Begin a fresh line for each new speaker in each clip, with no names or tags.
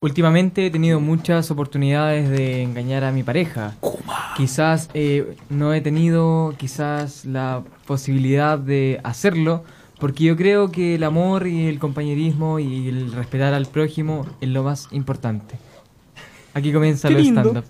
Últimamente he tenido muchas oportunidades de engañar a mi pareja. Quizás eh, no he tenido quizás la posibilidad de hacerlo porque yo creo que el amor y el compañerismo y el respetar al prójimo es lo más importante. Aquí comienza
Qué
lo
lindo.
stand-up.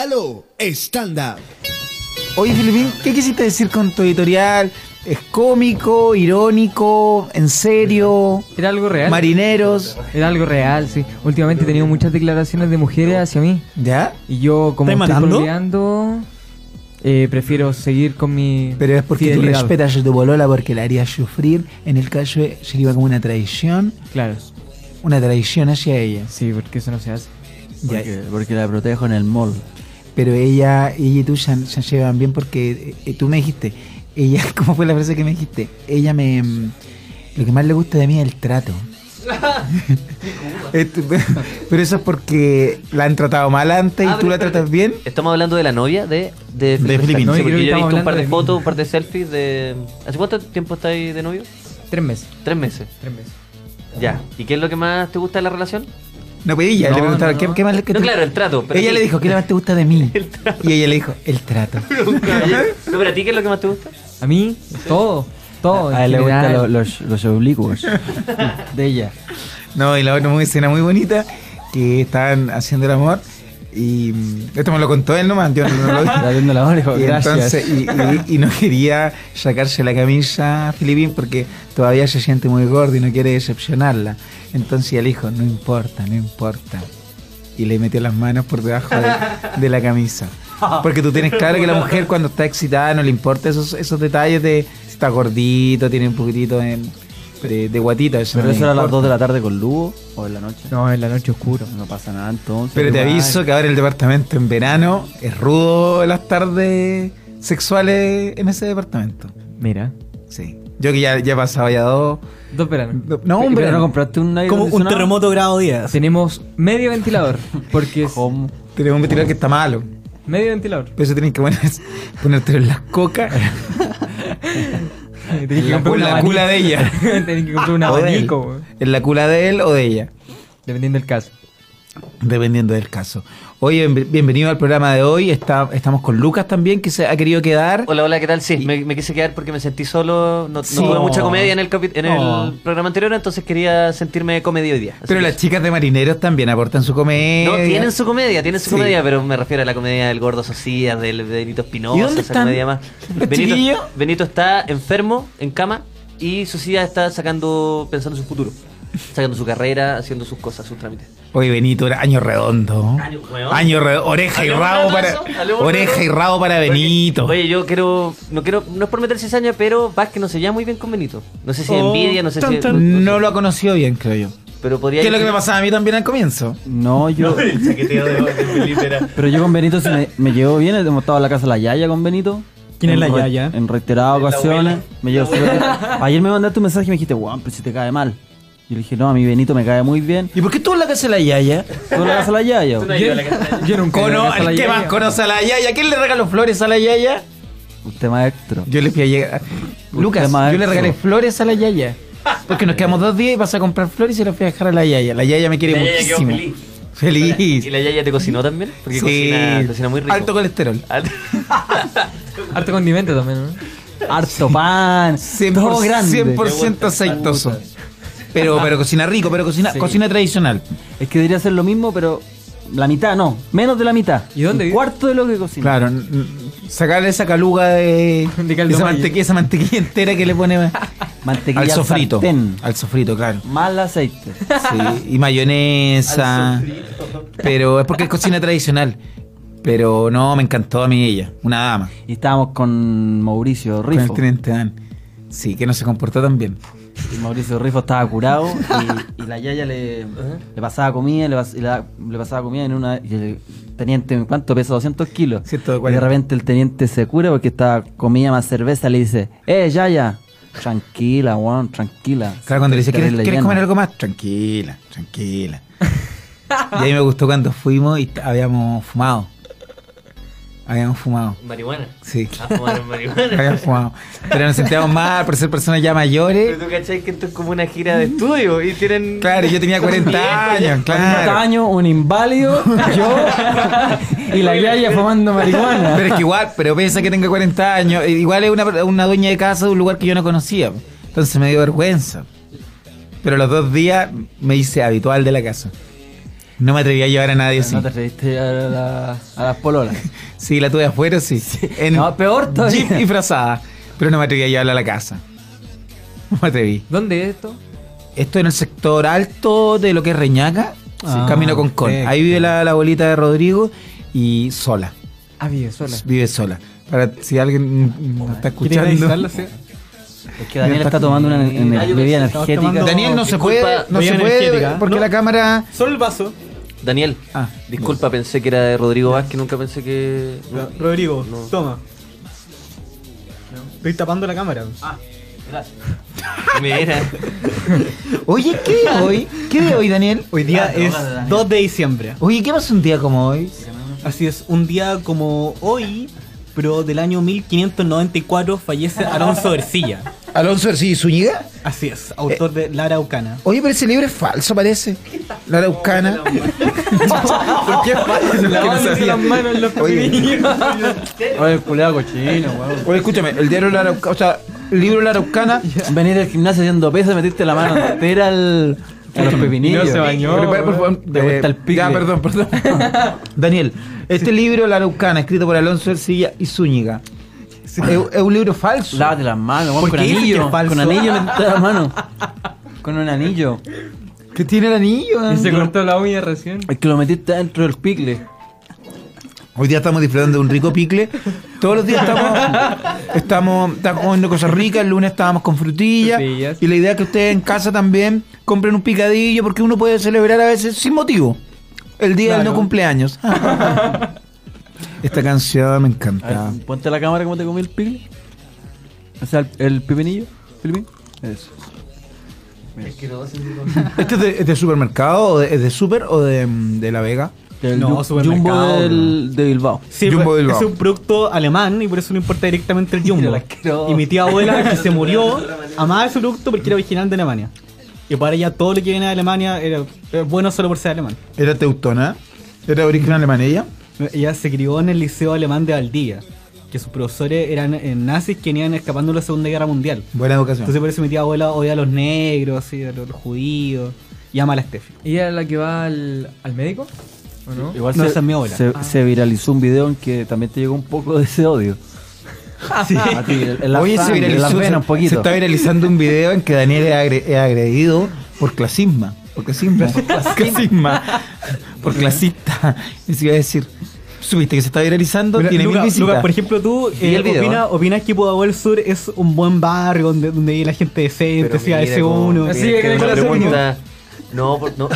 Aló, stand up.
Oye, Filipín, ¿qué quisiste decir con tu editorial? ¿Es cómico, irónico, en serio?
Era algo real.
Marineros.
Era algo real, sí. Últimamente he tenido muchas declaraciones de mujeres hacia mí.
¿Ya?
Y yo, como
¿Estás
estoy
matando?
pololeando, eh, prefiero seguir con mi.
Pero es porque tú
fidelidad.
respetas a tu bolola porque la harías sufrir. En el caso sería como una traición.
Claro,
Una traición hacia ella.
sí, porque eso no se hace.
Ya.
Porque, porque la protejo en el mall.
Pero ella, ella y tú se, se llevan bien porque eh, eh, tú me dijiste, ella, ¿cómo fue la frase que me dijiste? Ella me... mm, Lo que más le gusta de mí es el trato. Esto- Pero eso es porque la han tratado mal antes y
Ah,
tú
pero
la
espérate.
tratas bien.
Estamos hablando de la novia de, de
De Filipinas.
Sí,
No, yo
porque
creo que estamos
yo he visto un par
hablando
de
de
fotos, un par de selfies de... ¿Hace cuánto tiempo estáis de novio?
Tres meses,
Tres meses.
tres meses.
Ya. ¿Y qué es lo que más te gusta de la relación?
No, pues ella
No,
le preguntaron,
no,
¿qué,
no.
qué más le- qué
No,
te-
claro, el trato. pero
Ella
sí.
le dijo, ¿qué más te gusta de mí? Y ella le dijo, el trato.
No, pero a ti, ¿qué es lo que más te gusta?
A mí, todo, todo.
A
en
él le gustan
general.
lo- los, los oblicuos de ella.
No, y la otra muy- escena muy bonita, que estaban haciendo el amor. Y mm, esto me lo contó él nomás, yo no, no lo dije.
Está viendo la mano y dijo,
Y
gracias.
entonces, y, y- y no quería sacarse la camisa a Filipín porque todavía se siente muy gordo y no quiere decepcionarla. Entonces él dijo, no importa, no importa. Y le metió las manos por debajo de, de la camisa. Porque tú tienes claro que la mujer cuando está excitada no le importa esos, esos detalles de si está gordito, tiene un poquitito de, de, de guatita. Eso
Pero
no le
eso era a las
importa.
2 de la tarde con Lugo o en la noche.
No, en la noche oscura.
No pasa nada entonces.
Pero te
igual.
aviso que ahora el departamento en verano es rudo las tardes sexuales en ese departamento.
Mira,
Sí. Yo que ya, ya he pasado ya dos.
dos veranos.
No, no, hombre.
Pero no compraste un aire
Como un
acondicionado?
terremoto grado 10.
Tenemos medio ventilador, porque es
¿Cómo?
Tenemos un ventilador que está malo.
medio ventilador.
Por eso tienen que poner, ponértelo en las cocas.
Tenés que
En la,
comprar
en
un
la
abanico.
cula de ella.
Tenés que comprar un
O de él.
abanico, weón,
En la cula de él o de ella.
dependiendo del caso.
Dependiendo del caso. Oye, bien- bienvenido al programa de hoy. Está, estamos con Lucas también, que se ha querido quedar.
Hola, hola, ¿qué tal? Sí, me, me quise quedar porque me sentí solo. No, no
Sí.
tuve
Oh.
mucha comedia en el, capi- en el
Oh.
programa anterior, entonces quería sentirme comedia hoy día. Así
Pero
que-
las chicas de marineros también aportan su comedia.
No, tienen su comedia, tienen su
Sí.
comedia, pero me refiero a la comedia del Gordo Socias, del Benito Espinosa,
¿Y dónde
esa
están
comedia más.
los chiquillos?
Benito, Benito está enfermo, en cama, y Socias está sacando, pensando en su futuro. Sacando su carrera, haciendo sus cosas, sus trámites.
Oye, Benito, era año redondo.
Año, weón.
Año redondo. Oreja y
Dale un
rabo para.
abrazo, dale un
Oreja
abrazo.
y rabo para Benito.
Oye, yo quiero, no quiero, no es por meter cizaña, pero Vázquez no se lleva muy bien con Benito. No sé si
Oh,
envidia, no sé
tan,
si...
tan. No
sé.
lo ha conocido bien, creo yo.
Pero podría...
¿Qué es lo que me pasaba a mí también al comienzo?
No, yo. Pero yo con Benito se me, me llevo bien. Hemos estado en la casa de la Yaya con Benito.
¿Quién es
En
la
re-
Yaya?
En reiteradas ocasiones. Me llevo súper bien. Ayer me mandaste un mensaje y me dijiste, Juan, pero si te cae mal. Y le dije, no, a mi Benito me cae muy bien.
¿Y por qué tú en la casa de la Yaya?
Tú en la casa de la Yaya.
Yo, yo nunca he ido
Cono,
a la casa
Oh,
de
el
la
que
Yaya.
más conoce a la Yaya. ¿Quién le regaló flores a la Yaya?
Usted maestro.
Yo le fui a llegar. Lucas,
Usted maestro.
yo le regalé flores a la Yaya. Porque nos quedamos dos días y pasé a comprar flores y se las fui a dejar a la Yaya. La Yaya me quiere
La Yaya quedó
muchísimo. feliz.
¿Y la Yaya te cocinó también? Porque
Sí.
cocina, cocina muy rico.
Alto colesterol.
Alto-
Harto condimento también, ¿no?
Harto pan.
100%,
Todo grande.
100% aceitoso. Pero, pero cocina rico, pero cocina,
Sí.
cocina tradicional.
Ah. Es que debería ser lo mismo, pero la mitad no. Menos de la mitad.
¿Y dónde
Un
vive?
cuarto de lo que cocina.
Claro, n- n- sacarle esa caluga de,
De caldo
esa,
mayo.
mantequilla, esa mantequilla entera que le pone
Mantequilla
al sofrito.
sartén.
Al sofrito, claro.
Mal aceite.
Sí, y mayonesa. Pero es porque es cocina tradicional. Pero no, me encantó a mí ella, una dama.
Y estábamos con Mauricio
Con el
Rifo.
teniente Dan. Sí, que no se comportó tan bien.
Y Mauricio Rifo estaba curado y, y la Yaya le, le pasaba comida, le, pas- y la- le pasaba comida en una... Y el teniente, ¿cuánto pesa? 200 kilos.
140.
Y de repente el teniente se cura porque estaba comida más cerveza le dice, ¡Eh, Yaya! Tranquila, weón, tranquila.
Claro, cuando le dice, ¿quieres,
Terrible
quieres
lleno.
comer algo más? Tranquila, tranquila. y a mí me gustó cuando fuimos y t- habíamos fumado. Habíamos fumado,
Marihuana.
sí.
Ah, fumaron marihuana.
habíamos fumado. Pero nos sentíamos mal por ser personas ya mayores.
Pero tú cachai que esto es como una gira de estudio y tienen.
Claro, yo tenía 40 años, claro.
años, un inválido, yo y la yaya fumando marihuana.
Pero es que igual, pero piensa que tenga 40 años. eh, Igual es una, una dueña de casa de un lugar que yo no conocía. Entonces me dio vergüenza. Pero los dos días me hice habitual de la casa. No me atreví a llevar a nadie así.
No te atreviste a, la- a las pololas.
Sí, la tuve afuera, sí. En
No, peor todavía.
Jeep disfrazada. Pero no me atreví a llevarla a la casa. No me atreví.
¿Dónde es esto?
Esto en el sector alto de lo que es Reñaca,
Ah,
Camino con Con. Ahí
perfecto.
vive la, la abuelita de Rodrigo y sola.
Ah, vive sola.
Vive sola. Para si alguien mm, nos está
¿Quieres
escuchando.
avisarla, sí?
Es que Daniel está tomando una en- en-
Ah, yo
bebida
pensé
que estabas
energética.
tomando-
Daniel no se
Disculpa,
puede, no
muy
se puede
energética.
eh, porque
No.
la cámara.
Solo el vaso.
Daniel,
Ah,
disculpa, pensé que era de Rodrigo Vázquez, nunca pensé que.
Ro- Rodrigo,
No.
toma. Estoy tapando la cámara.
Ah.
Mira.
Oye, ¿qué de hoy? ¿Qué de hoy, Daniel?
Hoy día
Ah, no,
es
vale, Daniel.
2 de diciembre.
Oye, ¿qué pasa un día como hoy?
Así es, un día como hoy, pero del año 1594 fallece Alonso Ercilla.
Alonso Ercilla Zúñiga.
Así es, autor de La Araucana.
Oye, pero ese libro es falso, parece. La araucana. ¿Por qué es falso? Oye,
Oye, el culeado cochino, weón.
oye, escúchame, el diario La Araucana, o sea, el libro La Araucana.
Venir del gimnasio haciendo pesas, metiste la mano entera al, a los pepinillos.
No se bañó.
Pero, pero, por favor,
Te gusta el
eh,
picle.
Ya, perdón, perdón. Daniel, este libro La Araucana, escrito por Alonso Ercilla y Zúñiga, es, es un libro falso.
Lávate las manos, weón,
¿Por
con
qué dices que
anillo.
es falso?
Con anillo metiste la mano. Con un anillo.
Que tiene el anillo.
Y
Ah.
¿eh?
se- cortó
la uña recién.
Es que lo metiste dentro del picle.
Hoy día estamos disfrutando de un rico picle. Todos los días estamos, estamos, estamos comiendo cosas ricas. El lunes estábamos con frutillas.
Frutillas.
Y la idea es que ustedes en casa también compren un picadillo porque uno puede celebrar a veces sin motivo. El día del no
Claro.
cumpleaños. Esta canción me
A ver,
encanta.
ponte la cámara como te comí el picle. O sea, el, el pepinillo. Filipín. Eso.
¿Este es de, es de supermercado? o de- ¿Es de super o de, mm, de La Vega?
El
No,
Ju-
supermercado,
Jumbo del- de Bilbao.
Sí,
Jumbo
fue-
Bilbao.
es un producto alemán y por eso no importa directamente el
Mira,
Jumbo.
la asquerosa.
Y mi tía abuela, que se murió, amaba ese producto porque era original de Alemania. Y para ella todo lo que viene de Alemania era, era bueno solo por ser alemán.
¿Era teutona? ¿Era de origen alemán ella?
Ella se crió en el Liceo Alemán de Valdivia, que sus profesores eran eh, nazis que venían escapando de la Segunda Guerra Mundial.
Buena educación.
Entonces por eso mi tía abuela odia a los negros, así, a los judíos, y ama a la Steffi.
¿Ella es la que va al, al médico? ¿O no?
Igual
No, esa es mi abuela.
Se, se viralizó un video en que también te llegó un poco de ese odio.
Ah.
Sí. A ti, en- en la
Oye, se
sangre, en
viralizó,
las venas
se-
un poquito.
se está viralizando un video en que Daniel es, agre- es agredido por clasisma. Por clasisma. Por clasisma. por clasista. Eso iba a decir. Subiste que se está viralizando,
Mira,
tiene
Luca,
mil visitas.
Luca, por ejemplo, tú
Vi
eh,
el video,
opina-
¿eh?
opinas que Pudahuel Sur es un buen barrio donde, donde vive la gente decente, sea ese uno.
Así que
una
la
pregunta. No, por, no.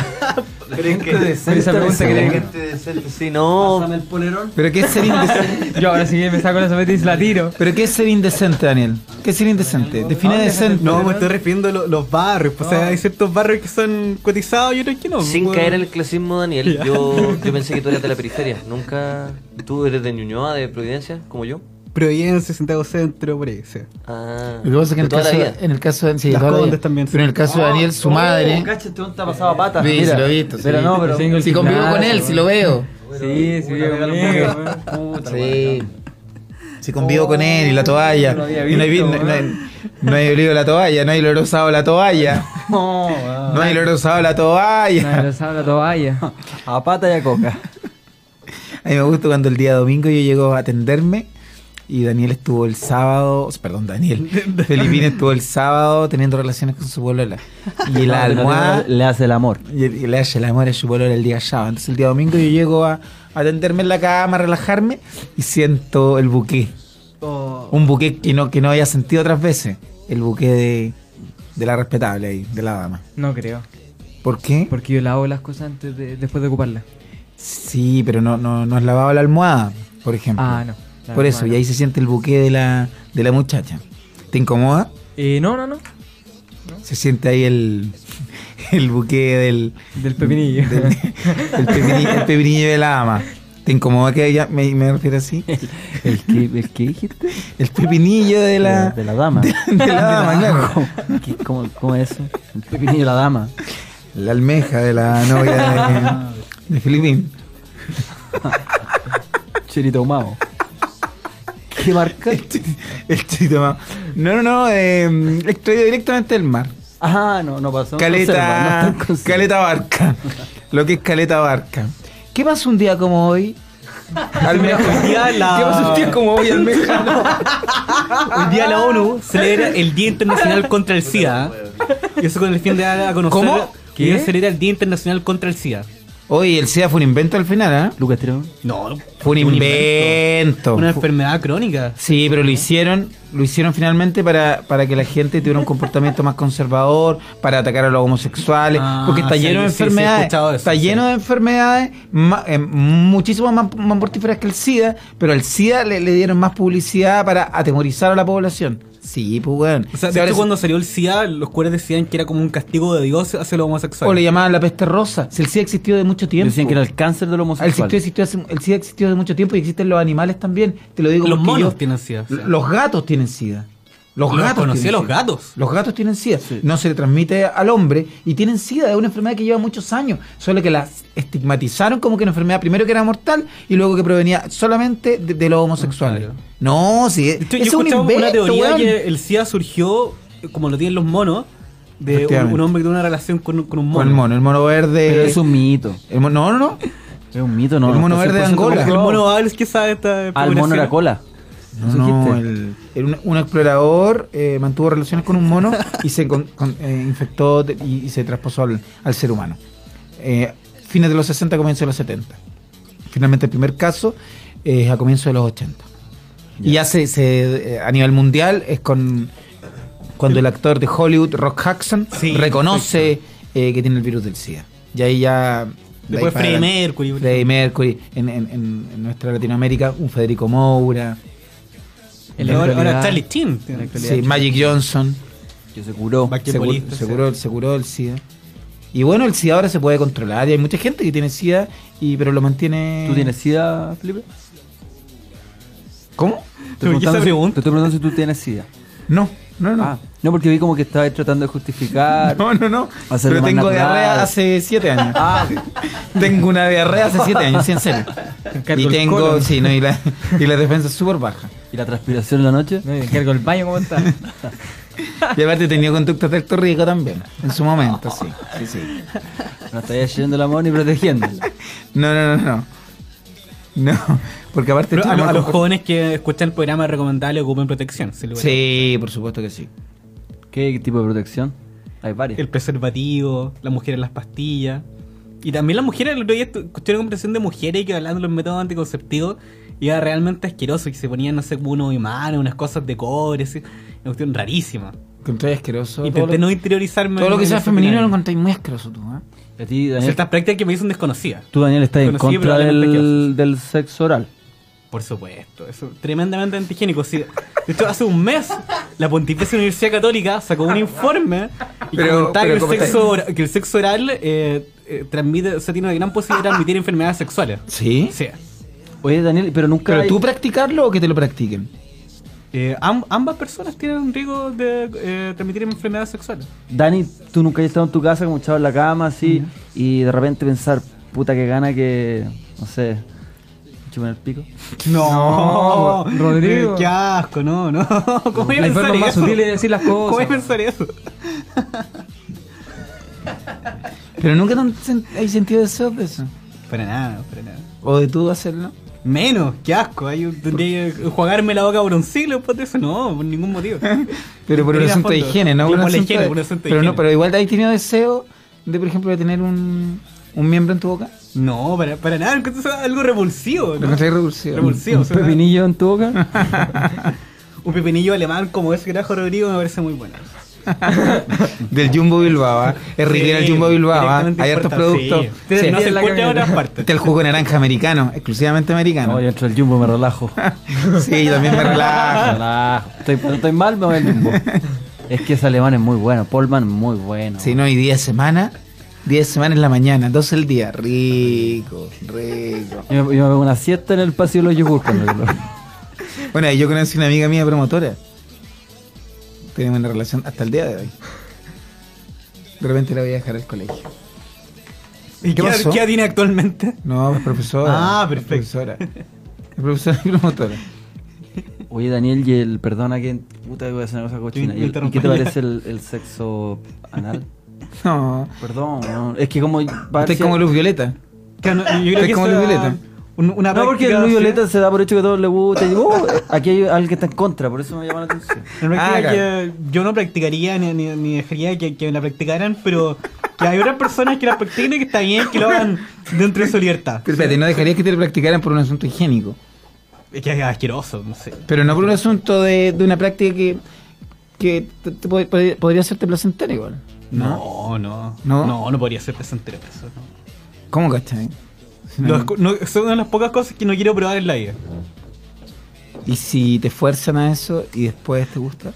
Pero es que.
Esa pregunta que tiene
Gente decente, Sí, no.
el polerón.
Pero qué es ser indecente.
que- Yo ahora sí que me saco la zapatilla y se la tiro.
Pero qué es ser indecente, Daniel. ¿Qué es ser indecente? Define decente.
No, me estoy refiriendo a lo- los barrios. pues, O
Ah.
sea, hay ciertos barrios que son cotizados y otros que no.
Sin
pues.
caer en el clasismo, Daniel,
Ya.
yo, yo pensé que tú eras de la periferia. Nunca. ¿Tú eres de Ñuñoa, de Providencia, como yo?
Providencia, Santiago Centro, por ahí. sí.
Ah.
Lo que pasa es que en
de
el
toda la
caso,
vida.
en el caso de, sí,
Las
toda la vida.
Condes también, sí. Oh.
Pero en el caso de Daniel, su madre.
Cacha, este hombre está pasado a pata.
Sí,
Mira.
se lo he visto, sí.
Pero no, pero.
Tengo el
Si convivo con
gimnasio,
él, si lo veo.
Sí, sí,
Puta, regala un
amigo.
poco. Puta,
Sí. Si convivo con él y la toalla.
no lo había
y no hay,
visto,
vi- no, no hay,
weón.
no hay olido la toalla, no hay olor usado la toalla.
No, weón.
No hay olor usado la
Nadie lo
toalla.
sabe, la toalla.
A pata y a coca.
A mí me gusta cuando el día domingo yo llego a atenderme y Daniel estuvo el sábado, perdón, Daniel, Felipín estuvo el sábado teniendo relaciones con su polola. Y la
Pero
almohada...
Le hace el amor.
Y, y le hace el amor a su polola el día sábado. Entonces el día domingo yo llego a a atenderme en la cama, a relajarme y siento el buqué.
Oh.
Un buqué que no, que no había sentido otras veces. El buqué de, de la respetable ahí, de la dama.
No creo.
¿Por qué?
Porque yo lavo las cosas antes de, después de ocuparlas.
Sí, pero no, no, no has lavado la almohada, por ejemplo.
Ah, no. La
por eso,
almohada
y ahí se siente el buqué de la, de la muchacha. ¿Te incomoda?
no. Eh, no, no, no.
Se siente ahí el, el buque del.
Del pepinillo.
del- el, pepinillo el pepinillo de la ama. ¿Te incomoda que ella me, me refiera así?
¿El qué, el qué dijiste?
El pepinillo de la.
De la dama.
de la dama, claro.
¿Cómo, qué- cómo- cómo es eso? El pepinillo de la dama.
La almeja de la novia eh, de, de Filipín.
Chirito ahumado. ¿Qué marca?
El chi- El chito más. No, no, no, eh, extraído directamente del mar.
Ah, no, no pasó. en conserva, no
Caleta,
está en conserva.
Caleta Barca. Lo que es Caleta Barca. ¿Qué pasa un día como hoy?
Mira,
Almeja.
hoy día la-
¿Qué pasa un día como hoy, Almeja?
Hoy día
Ah.
la ONU celebra el Día Internacional contra el SIDA. Y eso con el fin de dar a conocer.
¿Cómo?
Que ellos celebran el Día Internacional contra el SIDA.
Oye, el SIDA fue un invento al final, ¿ah?
Lucas Tirón.
No,
Fue un invento.
Una enfermedad crónica.
Sí, pero lo hicieron, lo hicieron finalmente para, para que la gente tuviera un comportamiento más conservador, para atacar a los homosexuales,
Ah,
porque está
sí,
lleno de
sí, sí, he
enfermedades,
escuchado eso,
está
sí.
lleno de enfermedades, ma- eh, muchísimas más, más mortíferas que el SIDA, pero al SIDA le, le dieron más publicidad para atemorizar a la población. Sí, pues weón.
O sea,
Si
de
ahora
hecho,
se-
cuando salió el SIDA, los curas decían que era como un castigo de Dios hacia los
o le
homosexuales.
llamaban la peste rosa. Si el SIDA existió de mucho tiempo.
Decían que era el cáncer del homosexual.
El SIDA existió hace- el SIDA existió de mucho tiempo y existen los animales también. Te lo digo
Los
porque
monos
yo-
tienen SIDA. o sea.
Los gatos tienen SIDA. Los
Los
gatos.
conocí
tienen
a los
SIDA.
gatos.
Los gatos tienen SIDA. No se le transmite al hombre y tienen SIDA. Es una enfermedad que lleva muchos años. Solo que la estigmatizaron como que una enfermedad primero que era mortal y luego que provenía solamente de, de los homosexuales.
Claro.
No, sí.
De hecho,
es
yo
un
escuchaba
invento,
una teoría
weón.
que el SIDA surgió, eh, como lo tienen los monos, de un,
Efectivamente.
un hombre que tuvo una relación con, con un mono.
Con el mono, el mono verde.
Pero es un mito.
el mono- no, no, no.
Es un mito, ¿no?
El mono
está
verde de
100%
Angola.
El
comprobado.
mono Valls que sabe esta
Ah, el mono
población.
era cola.
No,
¿Eso
no,
dijiste?
el- el- un, un explorador eh, mantuvo relaciones con un mono y se con- con- eh, infectó de- y, y se traspasó al, al ser humano. Eh, fines de los 60, comienzo de los 70. Finalmente el primer caso es a comienzos de los 80. Y ya se, se, eh, a nivel mundial es con cuando el actor de Hollywood, Rock Hudson,
Sí,
reconoce eh, que tiene el virus del SIDA. Y ahí ya... de ahí
Después
para
Freddie
adelante.
Mercury.
Freddie Mercury, en, en- en- en nuestra Latinoamérica, un Federico Moura,
En la
ahora,
actualidad-
ahora Charlie Chin.
en la actualidad.
sí, Magic Johnson,
Que se curó.
se, cu-
Basquetbolista,
se
sí.
curó, se curó el SIDA. Y bueno, el SIDA ahora se puede controlar y hay mucha gente que tiene SIDA, y, pero lo mantiene...
¿Tú tienes SIDA, Felipe?
¿Cómo?
Te,
¿Por qué esa
preguntando si-
pregunta?
te estoy preguntando si tú tienes SIDA.
No, no, no.
Ah, no, porque vi como que estabas tratando de justificar.
No, no, no.
Hacerlo
Pero
más
tengo
natural.
diarrea hace 7 años.
Ah,
Tengo una diarrea hace 7 años, sí, en serio.
Encargo
Y
el
tengo,
colon.
sí, no, y la, y la defensa es súper baja.
¿y la transpiración en la noche?
No, y encargo el baño, ¿cómo está?
Y aparte he tenido conducta tacto rico también, en su momento, sí. sí, sí.
No estáis yendo la mano y protegiéndola.
No, no, no, no. No, porque aparte...
Pero
estoy
a, lo- a
mal
los
comportado.
jóvenes que escuchan el programa recomendable ocupen protección. sin lugar a-
Sí, por supuesto que sí.
¿Qué tipo de protección? Hay varias.
El preservativo, las mujeres en las pastillas. Y también las mujeres, el otro día estu- escuché una conversación de mujeres que hablaban de los métodos anticonceptivos y era realmente asqueroso, que se ponían, no sé, como unos imanes, unas cosas de cobre, así. Una cuestión rarísima.
Encontré asqueroso.
Intenté
todo
no
lo,
interiorizarme.
todo lo que
en
sea
ese
femenino lo
escenario.
encontré muy asqueroso tú, ¿eh?
A ti, Daniel,
Ciertas prácticas que me dicen desconocidas.
tú, Daniel, estás en
Bueno, sí,
contra
probablemente
del, del sexo oral.
Por supuesto, eso es tremendamente antihigiénico. Sí, de hecho, hace un mes la Pontificia Universidad Católica sacó un informe y
Pero-
comentaba
pero
que,
¿cómo
el sexo, ora- que el sexo oral eh, eh, transmite, o sea, tiene una gran posibilidad de transmitir enfermedades sexuales.
Sí.
Sí.
Oye, Daniel, pero nunca.
Pero
hay-
tú practicarlo o que te lo practiquen.
Eh, am- ambas personas tienen un riesgo de eh, transmitir enfermedades sexuales.
Dani, tú nunca has estado en tu casa como echado en la cama así y de repente pensar, puta que gana que, no sé, chupen el pico.
No, Rodrigo.
Qué asco, no, no. ¿Cómo voy a
Hay
pensar
formas más
eso?
sutiles de decir las
¿Cómo voy
cosas.
a pensar eso?
Pero nunca tan sen- hay sentido de ser de eso.
Para nada, para nada.
O de tú hacerlo.
Menos, qué asco. ahí yo tendría que jugarme la boca por un siglo después de eso. No, por ningún motivo.
Pero por
Tenía
el asunto de
fondo.
higiene, ¿no?
Por la
asunto
higiene,
de-
por el asunto de
pero no,
higiene.
pero igual has tenido deseo de, por ejemplo, de tener un, un miembro en tu boca.
No, para, para nada. encuentro eso algo repulsivo.
Lo
¿no?
encontré repulsivo.
Repulsivo.
¿Un
o sea,
pepinillo en tu boca?
un pepinillo alemán como ese que trajo Rodrigo me parece muy bueno.
Del Jumbo Bilbao. ¿ah? Es rico el
Sí,
Jumbo Bilbao. ¿ah?
directamente
Hay hartos
importado,
productos.
sí.
Sí.
No se
en la
encuentra en
camioneta.
otras partes.
Está el jugo de naranja americano, exclusivamente americano.
No, yo entro al jumbo, me relajo.
Sí, yo también me relajo.
relajo. Estoy, cuando estoy mal, me voy al jumbo. Es que ese alemán es muy bueno. Polman, muy bueno.
Si no, y día de semana, día de semana en la mañana, 12 el día. Rico, rico.
Yo, me- yo me pego una siesta en el pasillo de los yogur cuando lo-
Bueno, y yo conocí una amiga mía promotora. Tenemos una relación hasta el día de hoy. De repente la voy a dejar al colegio.
¿Y
¿Qué
qué,
pasó?
qué edad tiene actualmente?
No, es profesora.
Ah, perfecto.
Es profesora. Es profesora y promotora.
Oye, Daniel, y el. Perdona que. Puta, voy a hacer una cosa cochina.
Me- me
¿Y, el- y
interrumpí.
qué te parece el, el sexo anal?
No.
Perdón, no, es que como.
Usted es como Luz Violeta.
Claro, no, yo
Es
creo que
como
eso
Luis
era
Violeta.
un- una
No, porque
práctica
el Luis
así-
Violeta se da por hecho que a todos les gusta. Y, oh, aquí hay alguien que está en contra, por eso me llama la atención.
una práctica
Ah,
que yo no practicaría ni, ni- ni dejaría que, que la practicaran, pero que hay otras personas que la practiquen y que está bien que lo hagan dentro de su libertad.
Pero espérate, no dejarías que te lo practicaran por un asunto higiénico.
Es que es asqueroso, no sé.
Pero no por un asunto de, de una práctica que, que te- te pod- pod- podría hacerte placentera igual.
No, no.
¿No?
No, no, podría ser placentero eso. no.
¿Cómo cachai? Si no-
Los co- no- son una de las pocas cosas que no quiero probar en la vida.
Y si te fuerzan a eso y después te gusta.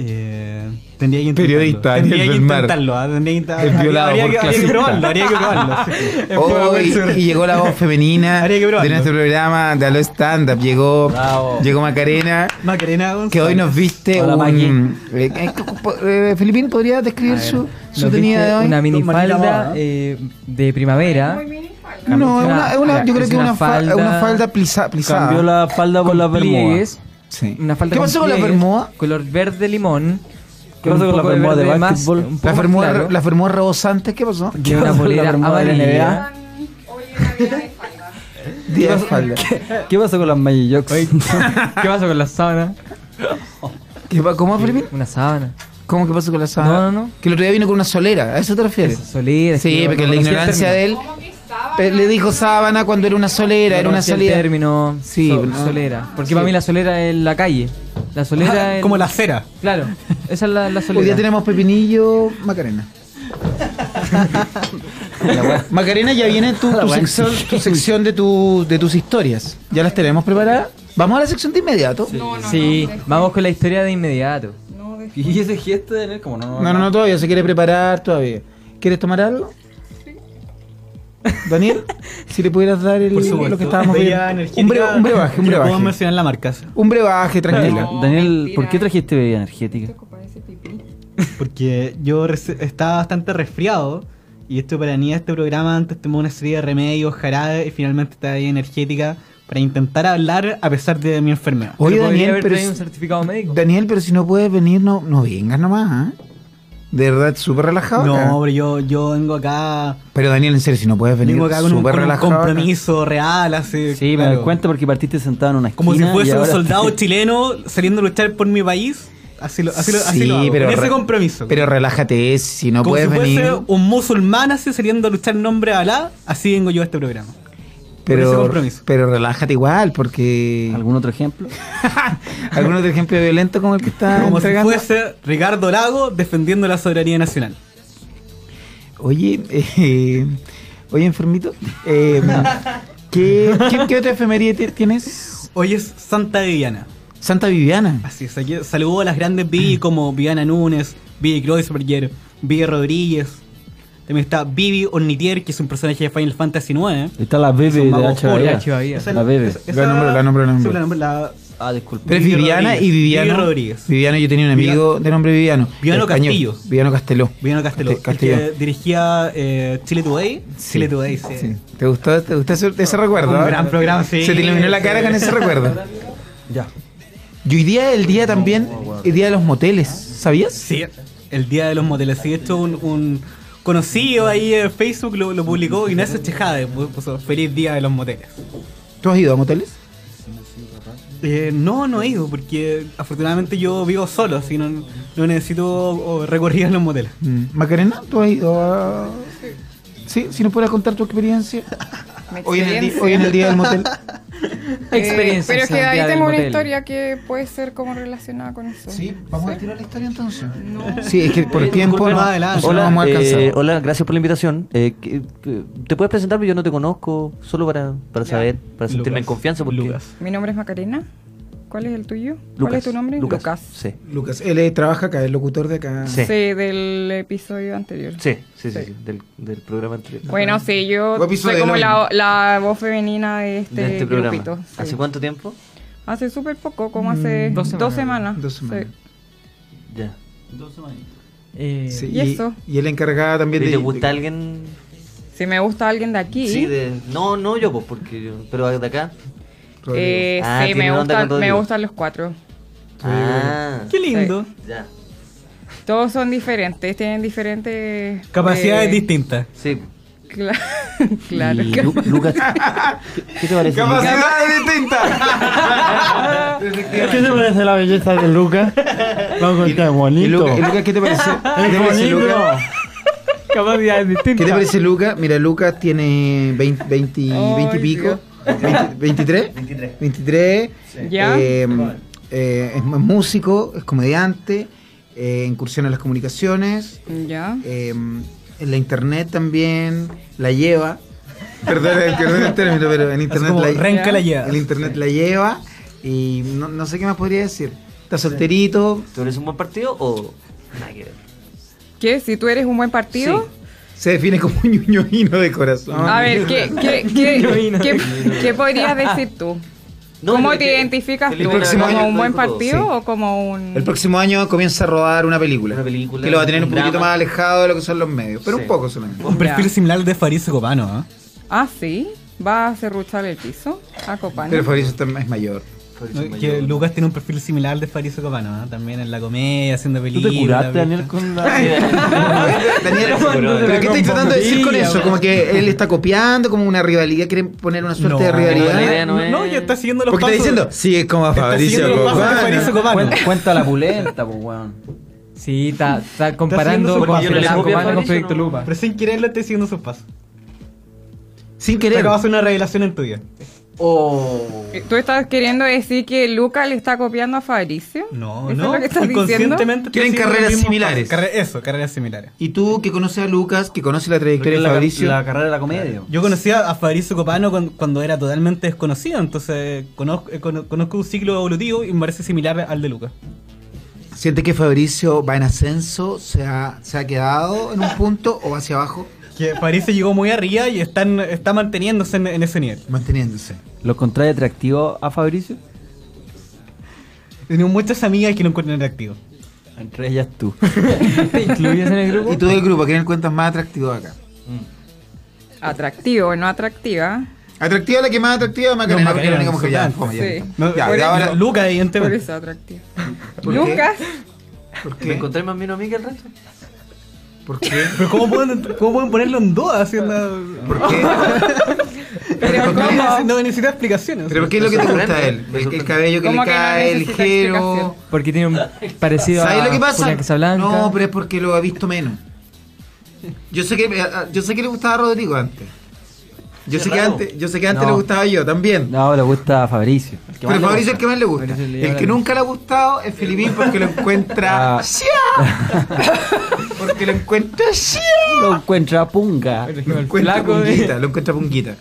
Eh, tendría que intentarlo.
Periodista, Daniel
tendría que
del Mar.
intentarlo. ah, Tendría que
El
intentarlo.
violado
Habría,
por
que- habría que
clasista.
probarlo. Habría que probarlo. sí.
Oh, y, y llegó la voz femenina
Habría que
de
probarlo.
nuestro programa de Aló Stand Up. Llegó,
Bravo.
llegó Macarena,
Macarena González.
que hoy nos viste
Hola,
un... Eh, eh, eh, Filipín, ¿podría describir su, su tenida de hoy?
Una
Manila
minifalda
Moda.
eh, de primavera.
No, es una, es una- yo creo
es
que una falda, una falda plisa- plisada.
Cambió la falda por
con
la bermuda.
pliegues,
Sí.
Una falda
¿Qué
con
pasó con la
pliegues,
bermuda?
Color verde limón.
¿Qué pasó con la
poco
bermuda de
verde más,
básquetbol?
un poco
La
más
fermura,
claro,
la fermura rebosante, ¿qué pasó?
y una
pasó con la
polera
bermuda de la
amarilla.
NBA?
Hoy una vida de falda.
Día de falda.
¿Qué pasó con las Magic Jocks?
¿Qué pasa con la sábana?
¿Qué pa- ¿Cómo, Felipe?
Una sábana.
¿Cómo que pasó con la sábana?
No, no, no.
Que el otro día vino con una solera, ¿a eso te refieres?
Esa solera. es
Sí,
que
porque
no
la
conocía el
ignorancia de
término.
él
¿Cómo que estaba?
eh, le dijo sábana cuando era una solera,
No
era una
conocía el
salida.
término
Sí,
sí,
pero no.
solera. Porque para mí la solera es la calle. La solera es.
Como la cera.
Claro, esa es la, la solera.
Hoy día tenemos Pepinillo Macarena. Macarena, ya viene tu, tu sección, tu sección de, tu- de tus historias. Ya las tenemos preparadas. Vamos a la sección de inmediato.
No, no,
sí,
no, de-
vamos con la historia de inmediato.
no, de-
Y ese gesto de Daniel, como no.
No, no, no, todavía se quiere preparar todavía. ¿Quieres tomar algo? Daniel, si le pudieras dar el,
Por supuesto.
lo que estábamos
Bebida
viendo.
energética.
Un, breve- un brebaje, un
Que no
brebaje.
Puedo mencionar la marca.
Un brebaje, tranquila.
Daniel,
No,
Daniel,
mentira.
¿por qué trajiste bebida energética?
Te ocupaba ese pipí.
Porque yo reci- estaba bastante resfriado. Y esto para mí, este programa, antes tomó una serie de remedios, jarabe. Y finalmente estaba ahí energética para intentar hablar a pesar de mi enfermedad.
Oye,
Pero podría
Daniel,
haber
pero
traído
es-
un certificado médico.
Daniel, pero si no puedes venir, no, no vengas nomás. ¿eh? De verdad, súper relajado. acá.
No, pero yo, yo vengo acá.
Pero Daniel, en serio, si no puedes venir,
vengo acá con un,
súper
con un
relajado. acá.
compromiso real. Así,
Sí, me
claro.
doy cuenta porque partiste sentado en una esquina.
Como si
y
fuese un
ahora-
soldado chileno saliendo a luchar por mi país. Así lo, así lo, así
Sí,
lo hago,
pero
con ese
re-
compromiso.
Pero relájate, si no
Como
puedes
si fuese
venir.
un musulmán así saliendo a luchar en nombre de Alá, así vengo yo a este programa. ese
Pero,
compromiso.
pero relájate igual, porque.
¿Algún otro ejemplo?
¿Algún otro ejemplo violento como el que está
Como si
entregando?
fuese Ricardo Lago defendiendo la soberanía nacional.
Oye, eh, oye, enfermito, eh, ¿qué, qué, qué otra efemería ti- tienes?
Hoy es Santa Viviana.
Santa Viviana.
Así es, aquí saludo a las grandes Vivi como Viviana Núñez, Vivi Kreuzberger, Vivi Rodríguez. También está Vivi Ornitier, que es un personaje de Final Fantasy IX.
Ahí está la bebe
un
de
mago oscuro,
la
HBA.
Chivaía.
La bebe.
La nombro, la nombro, la nombro.
sí, la la-
Ah, disculpe.
Pero es
Vivi
Viviana
Rodríguez.
y Viviano.
Vivi Rodríguez.
Viviano, yo tenía un amigo de nombre Viviano.
Viviano
Español.
Castillo.
Viviano Casteló.
Viviana Castelló,
Caste- Castillo.
que Este, dirigía eh, Chile Today.
Sí.
Chile Today, sí.
Sí. ¿Te gustó, te gustó ese, ese recuerdo?
Un
ah?
gran programa, sí.
Se te iluminó la cara con ese recuerdo.
Ya.
Y hoy día es el día también, el día de los moteles, ¿sabías?
Sí, el día de los moteles. Sí, esto un, un conocido ahí en Facebook lo, lo publicó Ignacio Chejade. pu- Puso feliz día de los moteles.
¿Tú has ido a moteles?
Eh, no, no he ido porque afortunadamente yo vivo solo, así no, no necesito oh, recorrido en los moteles.
Mm. Macarena, ¿tú has ido a...? Sí, si nos pudieras contar tu experiencia.
Mi
Hoy en, el, di-
experiencia.
hoy en el día del motel.
Eh,
Experiencia.
Pero es que de ahí tengo una historia que puede ser como relacionada con eso.
vamos a tirar la historia entonces.
No.
Sí, es que por
Eh,
tiempo
disculpen,
no,
más adelante.
no
Hola,
vamos a alcanzar.
eh, hola, gracias por la invitación. Eh, que- que- ¿Te puedes presentarme? Yo no te conozco, solo para, para saber, para sentirme
Lucas,
en confianza. Porque
Lucas.
Mi nombre es Macarena. ¿Cuál es el tuyo? ¿Cuál es tu nombre?
Lucas. Sí.
Lucas, él eh, trabaja acá, el locutor de acá.
Sí.
Sí. del episodio anterior.
Sí, sí, sí,
Sí.
sí, del, del programa anterior.
Bueno, sí, yo
Guapizo
soy
de
como la,
Elohim.
la voz femenina de este,
de este programa.
grupito. sí.
¿Hace cuánto tiempo?
Hace súper poco, como hace
Mm,
dos
dos
semanas.
semanas. Dos semanas.
Sí.
Ya.
Eh,
Sí,
¿Y eso?
Y él encargaba
¿Y
también de.
¿Te gusta
de-
alguien?
Si me gusta alguien de aquí,
Sí, de... No, no yo, pues, porque yo... Pero de acá.
Rodrigo.
eh,
Ah,
sí, me,
tiene onda
gustan- me
con Rodrigo.
gustan los cuatro.
Ah,
Eh, Qué lindo.
ya.
Todos son diferentes, tienen diferentes...
Capacidades
eh,
distintas.
Sí.
cla- claro.
Y Lu- Lucas, ¿qué, qué te parece? Lucas?
¡Capacidades distintas!
¿Qué te parece la belleza de Lucas? Vamos con qué
Y
bonito.
Lucas, Lucas, ¿qué te parece? ¿Qué te parece, Lucas?
capacidades
¿Qué te
distintas.
parece, Lucas? Mira, Lucas tiene 20, 20,
Ay,
20 y pico.
Dios.
20, 23. 23. 23.
Ya.
eh, eh, es músico, es comediante, eh, incursiona en las comunicaciones,
Ya.
eh, en la internet también, la lleva. Perdón, el- perdón el término, pero en
Así
internet
como
la
renca la lleva.
El internet la lleva y no, no sé qué más podría decir. Está solterito,
¿Tú eres un buen partido o...? Nada que ver.
¿Qué? Si tú eres un buen partido...
Sí.
se define como un ñoñino de corazón.
A ver, ¿qué, qué, qué,
Yo-
qué, qué podrías decir tú?
No,
¿Cómo
pero
te
que-
identificas
que
tú?
le-
El próximo
¿Como
año
un buen partido
todo,
o como un...?
El próximo año comienza a rodar una película.
Una película,
que lo va a tener un
un
poquito
drama.
más alejado de lo que son los medios. Pero
Sí.
un poco solamente.
Un perfil
Ya.
similar al de Fabrizio Copano, ¿eh?
Ah, sí. ¿Va a cerruchar el piso a Copano?
Pero Fabrizio está- es mayor.
Fabricio
Eh, Que
Mayor.
Lucas tiene un perfil similar al de Fabrizio Copano, ¿eh? También en la comedia, haciendo
¿Tú te
películas.
curaste,
¿viste?
Daniel, con la.?
Daniel,
Pero
¿pero qué
con
estáis tratando de decir con
bombilla,
eso? Como que él está copiando, como una rivalidad. Quieren poner una suerte
No,
de
la idea
rivalidad.
no
no,
es-
no, ya está siguiendo los
Porque está
pasos.
diciendo, sí, es como
Está siguiendo
Pues,
los pasos de Fabrizio
Copano.
Copano.
Cuenta, cuenta la pulenta, pues, weón.
Sí, está, está
haciendo
comparando
su-
con
Porque yo no le
Franco
copio a
Banda con
Fabricio,
Proyecto
no.
Lupa.
Pero sin quererlo está siguiendo sus pasos.
Sin
Te
querer.
acabas de hacer una revelación en tu vida.
Oh.
Eh, ¿Tú estás queriendo decir que Luca le está copiando a Fabricio?
No,
¿Eso
no.
es lo que estás diciendo?
inconscientemente
Quieren
estoy siguiendo
carreras
los mismos
similares.
pasos. Carre- eso, carreras similares.
Y tú, que conoces a Lucas, que conoces la trayectoria
Pero
de
la,
Fabricio.
la carrera de la comedia.
Yo conocía a Fabrizio Copano cuan- cuando era totalmente desconocido, entonces conozco, eh, cono- conozco un ciclo evolutivo y me parece similar al de Lucas.
¿Siente que Fabricio va en ascenso? ¿Se ha, se ha quedado en un punto o hacia abajo?
Que Fabrizio llegó muy arriba y están, está manteniéndose en, en ese nivel.
Manteniéndose.
¿Lo contrae atractivo a Fabricio?
Tengo muchas amigas que lo encuentran atractivo.
Entre ellas tú.
¿Te incluyes en el grupo?
Y tú del grupo, ¿a quién encuentras más atractivo acá?
Atractivo, no atractiva.
Atractiva la que más atractiva, Macarena,
No,
porque es la única mujer ya.
Macarena,
fome, ya.
sí.
No,
Ya,
por-
ya ahora-
Lucas,
Por
evidentemente.
eso atractiva.
¿Por qué?
Lucas,
¿Por
¿Me
qué?
encontré más menos a mí que el resto?
¿Por qué?
Pero ¿cómo pueden, cómo pueden ponerlo en duda? Si no,
¿Por qué?
pero
no,
¿cómo?
necesita explicaciones.
¿Pero qué es lo que te gusta a él? El, el cabello que le
¿Cómo que no
cae, el
necesita
ligero.
explicación?
Porque tiene un parecido
¿Sabes
a
lo que pasa?
Julián Casablanca.
No, pero es porque lo ha visto menos. Yo sé que eh, ah, yo sé que le gustaba a Rodrigo antes. Yo
Qué
sé que
raro.
antes, yo sé que antes
No.
le gustaba yo también.
No, le gusta a Fabricio.
Pero Fabricio es el que más le gusta.
Fabricio le
El
lleva
que
la
nunca le ha gustado es Filipín porque lo encuentra.
Ah.
porque lo encuentra.
Lo encuentra punga.
Lo encuentra
Flaco de-
punguita, lo encuentra punguita.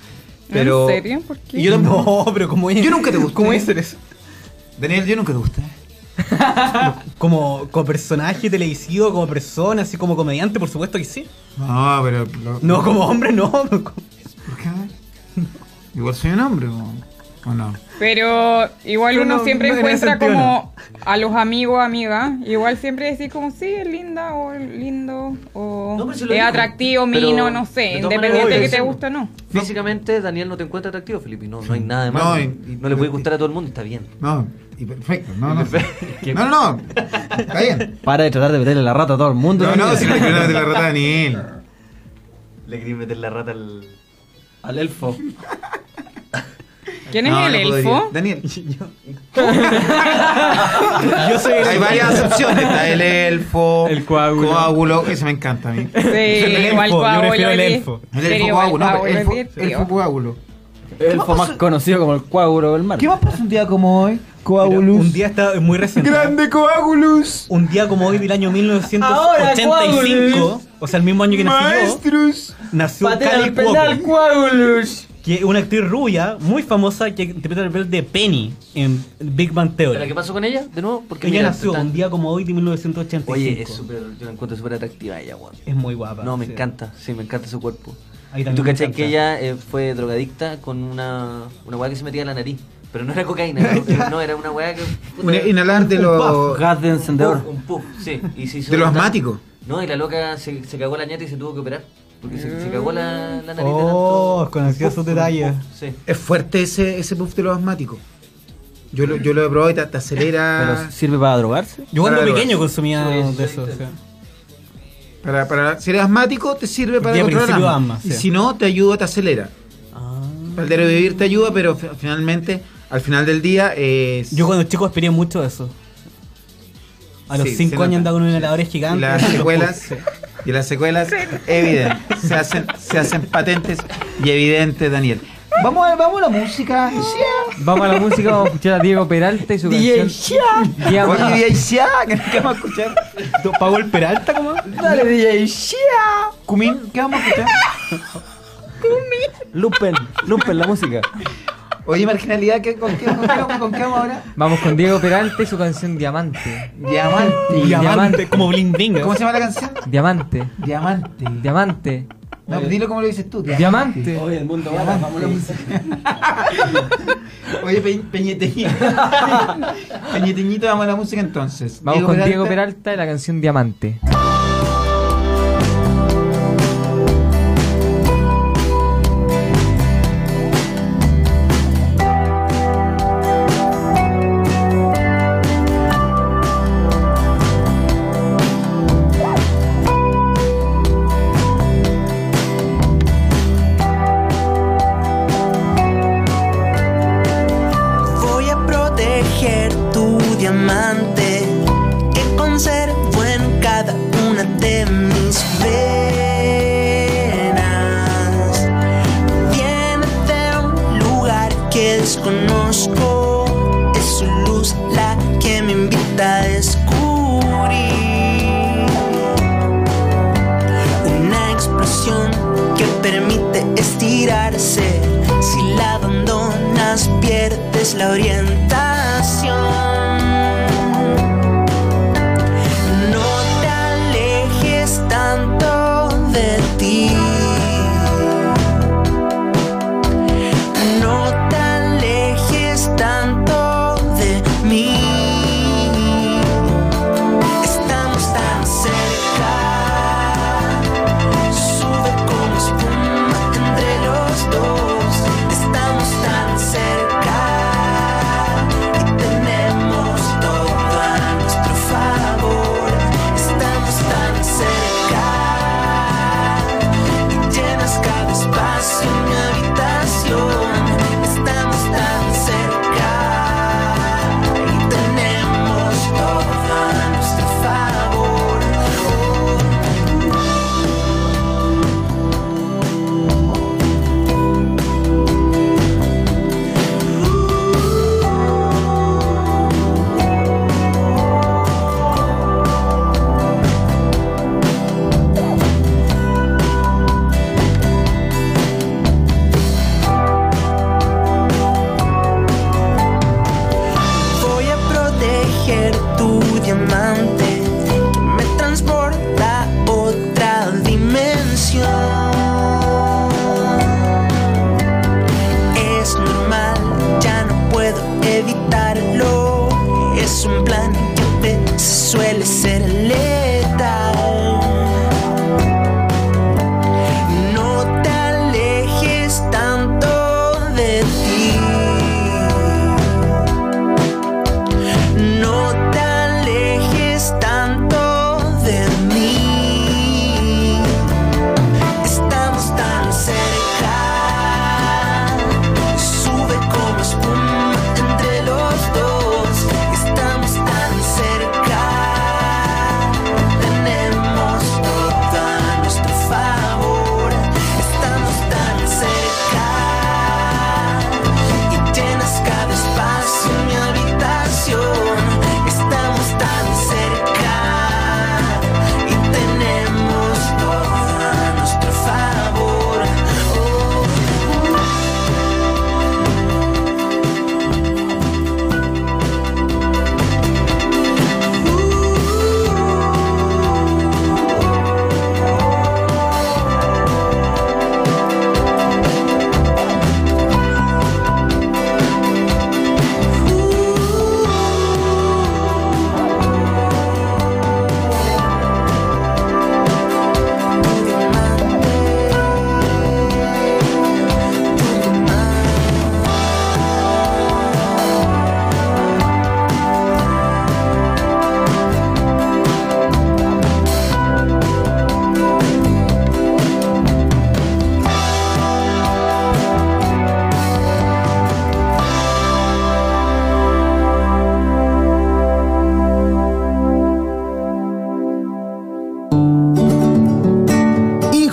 Pero
¿En serio? ¿Por qué?
Y yo tampoco.
No, pero como
Yo nunca te gusté.
¿Cómo es ser eso?
Daniel, yo nunca te gusté.
Como, como personaje televisivo, como persona, así como comediante, por supuesto que sí.
No, pero. lo-
No, como hombre, no. como-
¿Por qué? Igual soy un hombre, ¿o, o no?
Pero igual
No,
uno
no,
siempre
no, en ese
encuentra
sentido
como a los amigos, amigas. Igual siempre decís como, sí, es linda o es lindo o
No, pero si
es
lo digo.
atractivo,
Pero,
mino, no
de
sé.
todas
Independiente de
maneras,
que te
obvio,
guste o no.
Físicamente, Daniel no te encuentra atractivo, Felipe. No, no hay nada de
No,
malo. No,
y- y-
le puede gustar a todo el mundo, está bien.
No, y perfecto. No, no. No, no, no. Está bien.
Para de tratar de meterle la rata a todo el mundo.
No, no, si le quiero meter la rata a Daniel.
Le quería meter la rata al.
Al elfo.
¿Quién es
No,
el
no podría.
elfo?
Daniel.
Yo soy el-
Hay varias acepciones. Está el elfo.
El coágulo.
Coágulo, ese me encanta a mí.
Sí, igual
elfo, yo
coágulo
prefiero el
es-
elfo.
El
pero
elfo
igual
coágulo. No,
coágulo es
elfo,
divertido.
elfo coágulo.
Elfo más conocido como el coágulo del mar.
más pasa un día como hoy?
Pero Un día está es muy reciente.
coágulos.
Un día como hoy del año 1985, o sea, el mismo año que nací yo, nació Cali Cuoco. que una actriz rubia muy famosa que interpreta el papel de Penny en Big Bang
¿Pero
Theory.
qué pasó con ella? ¿De nuevo? Porque
ella
mira,
nació
está-
un día como hoy de 1985.
Oye, es súper. Yo la encuentro súper atractiva ella, weón.
Es muy guapa.
No, me
sí.
encanta, sí, me encanta su cuerpo.
Ahí
¿Y
también
tú
me
cachai
encanta.
que ella eh, fue drogadicta con una, una weá que se metía en la nariz? Pero no era cocaína, era- era- no, era una weá que. puta,
Un- Inhalar de los
Gas de
un
encendedor.
puff, Un puff, sí. Y se hizo
de los
una-
asmáticos.
No, y la loca se, se cagó la ñata y se tuvo que operar. Porque se, se cagó la, la nariz. de
Oh,
tanto-
conocí esos detalles.
Sí.
Es fuerte ese, ese puff de los asmáticos. Yo lo, yo lo he probado y te, te acelera.
Pero sirve para drogarse.
Yo cuando
Claro.
pequeño consumía
Sí, sí,
de eso.
sí.
o sea.
Para, para, si eres asmático, te sirve para
De
controlar
principio
asma.
asma,
Y
sí. Ah.
si no, te ayuda, te acelera. Para el vivir te ayuda, pero fi- finalmente, al final del día, es.
Yo cuando chico aspiré mucho de eso. A los
Sí, se
5 años
nota.
andaba con unos heladores
y
gigantes.
las
los
secuelas.
puse.
Y las secuelas, evidentes. Se hacen, se hacen patentes y evidentes, Daniel. Vamos a, vamos a la música.
Vamos a la música, vamos a escuchar a Diego Peralta y su
DJ
canción.
Shaq.
Llama.
Oye, DJ Shaq, ¿qué vamos a escuchar?
¿Pago el Peralta como?
Dale, DJ Shaq. Cumín, ¿qué vamos a escuchar?
Lupen, lupen la música.
Oye, marginalidad, ¿qué, con, qué, con, qué, con qué vamos ahora?
Vamos con Diego Peralta y su canción Diamante.
Diamante.
Y
Diamante,
diamante.
como bling bling.
¿Cómo se llama la canción?
Diamante,
Diamante.
diamante,
No, pues dilo como lo dices tú.
diamante.
el mundo
Oye, Pe Peñeteñito. Peñeteñito, vamos a la música entonces.
Vamos con Diego Peralta y la canción Diamante.
Voy a proteger tu diamante que conservo en cada una de mis venas. Viene de un lugar que desconozco. Es su luz la que me invita a descubrir una explosión que permite estirarse. Si la abandonas, pierdes la orientación. No te alejes tanto de ti. No te alejes tanto de mí. Estamos tan cerca. Sube como espuma entre los dos. Estamos tan cerca y tenemos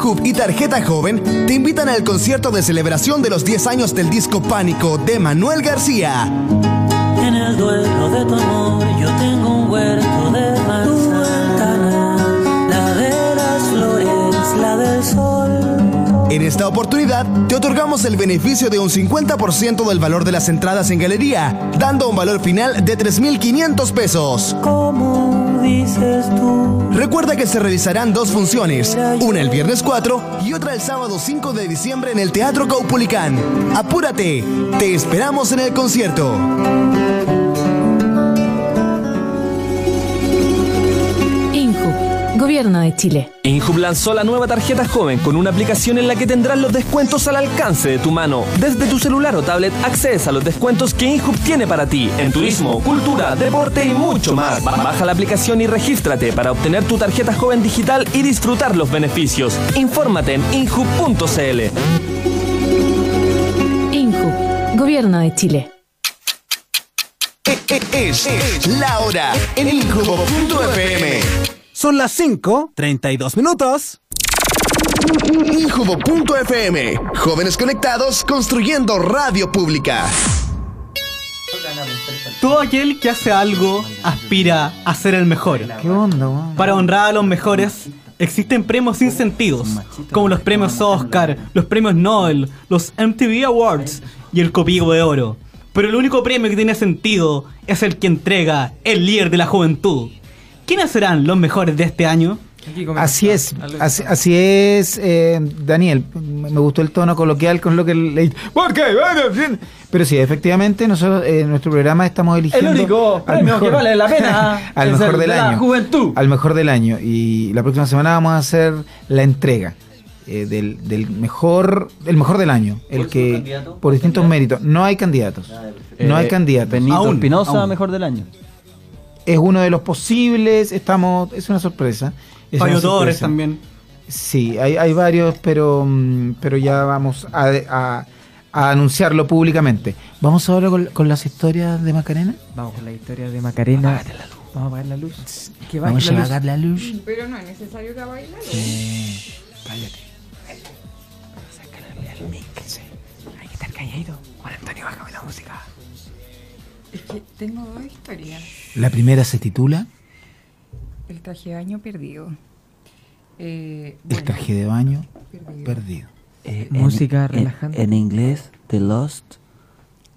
Hub y Tarjeta Joven te invitan al concierto de celebración de los 10 años del disco Pánico de Manuel García.
En el duelo de tu amor yo tengo un huerto de manzana. Tu ventana, la de las flores, la del sol.
En esta oportunidad te otorgamos el beneficio de un 50% del valor de las entradas en galería, dando un valor final de 3.500 pesos.
Como dices tú,
Recuerda que se realizarán dos funciones, una el viernes 4 y otra el sábado 5 de diciembre en el Teatro Caupulicán. Apúrate, te esperamos en el concierto.
INJU, Gobierno de Chile.
Injub lanzó la nueva tarjeta joven con una aplicación en la que tendrás los descuentos al alcance de tu mano. Desde tu celular o tablet accedes a los descuentos que Injub tiene para ti en turismo, cultura, deporte y mucho más. Ba- Baja la aplicación y regístrate para obtener tu tarjeta joven digital y disfrutar los beneficios. Infórmate en injub.cl.
INJU, Gobierno de Chile.
E, Es, la hora en Injubo.fm.
Son las 5, 32 minutos.
Injubo.fm. Jóvenes conectados construyendo radio pública.
Todo aquel que hace algo aspira a ser el mejor.
¿Qué onda, weón?
Para honrar a los mejores, existen premios sin sentidos, como los premios Oscar, los premios Nobel, los MTV Awards y el Copigo de Oro. Pero el único premio que tiene sentido es el que entrega el líder de la juventud. ¿Quiénes serán los mejores de este año?
Así es, así, así es, eh, Daniel. Me gustó el tono coloquial con lo que le ¿Por qué? Bueno, en fin. Pero sí, efectivamente, nosotros eh, en nuestro programa estamos eligiendo.
único
al
premio que vale la pena
al
es
mejor del
el de la
año.
juventud.
Al mejor del año. Y la próxima semana vamos a hacer la entrega. eh, del, del mejor el mejor del año el
¿Por
que
su candidato? Eh,
por distintos méritos no hay candidatos no hay candidatos
Eh, Benito
Aún,
Espinosa,
aún.
mejor del año.
es uno de los posibles estamos es una sorpresa es
Fabio
una
Torres
sorpresa.
también.
Sí, hay, hay varios, pero, mm, pero ya vamos a, a- a anunciarlo públicamente. ¿Vamos ahora con, con las historias de Macarena? Ah,
Vamos con la historia de Macarena. Vamos a apagar la luz. Que baje
vamos
la
a
luz.
apagar la luz.
Pero no es necesario que bailar. ¿eh?
Cállate. Sí.
Hay que estar calladito. Juan Antonio, bájame la música.
Es que tengo dos historias.
La primera se titula
El traje de baño perdido. Eh,
El
bueno,
traje de baño
perdido.
perdido.
Música
Eh, en,
relajante.
En, en inglés, The Lost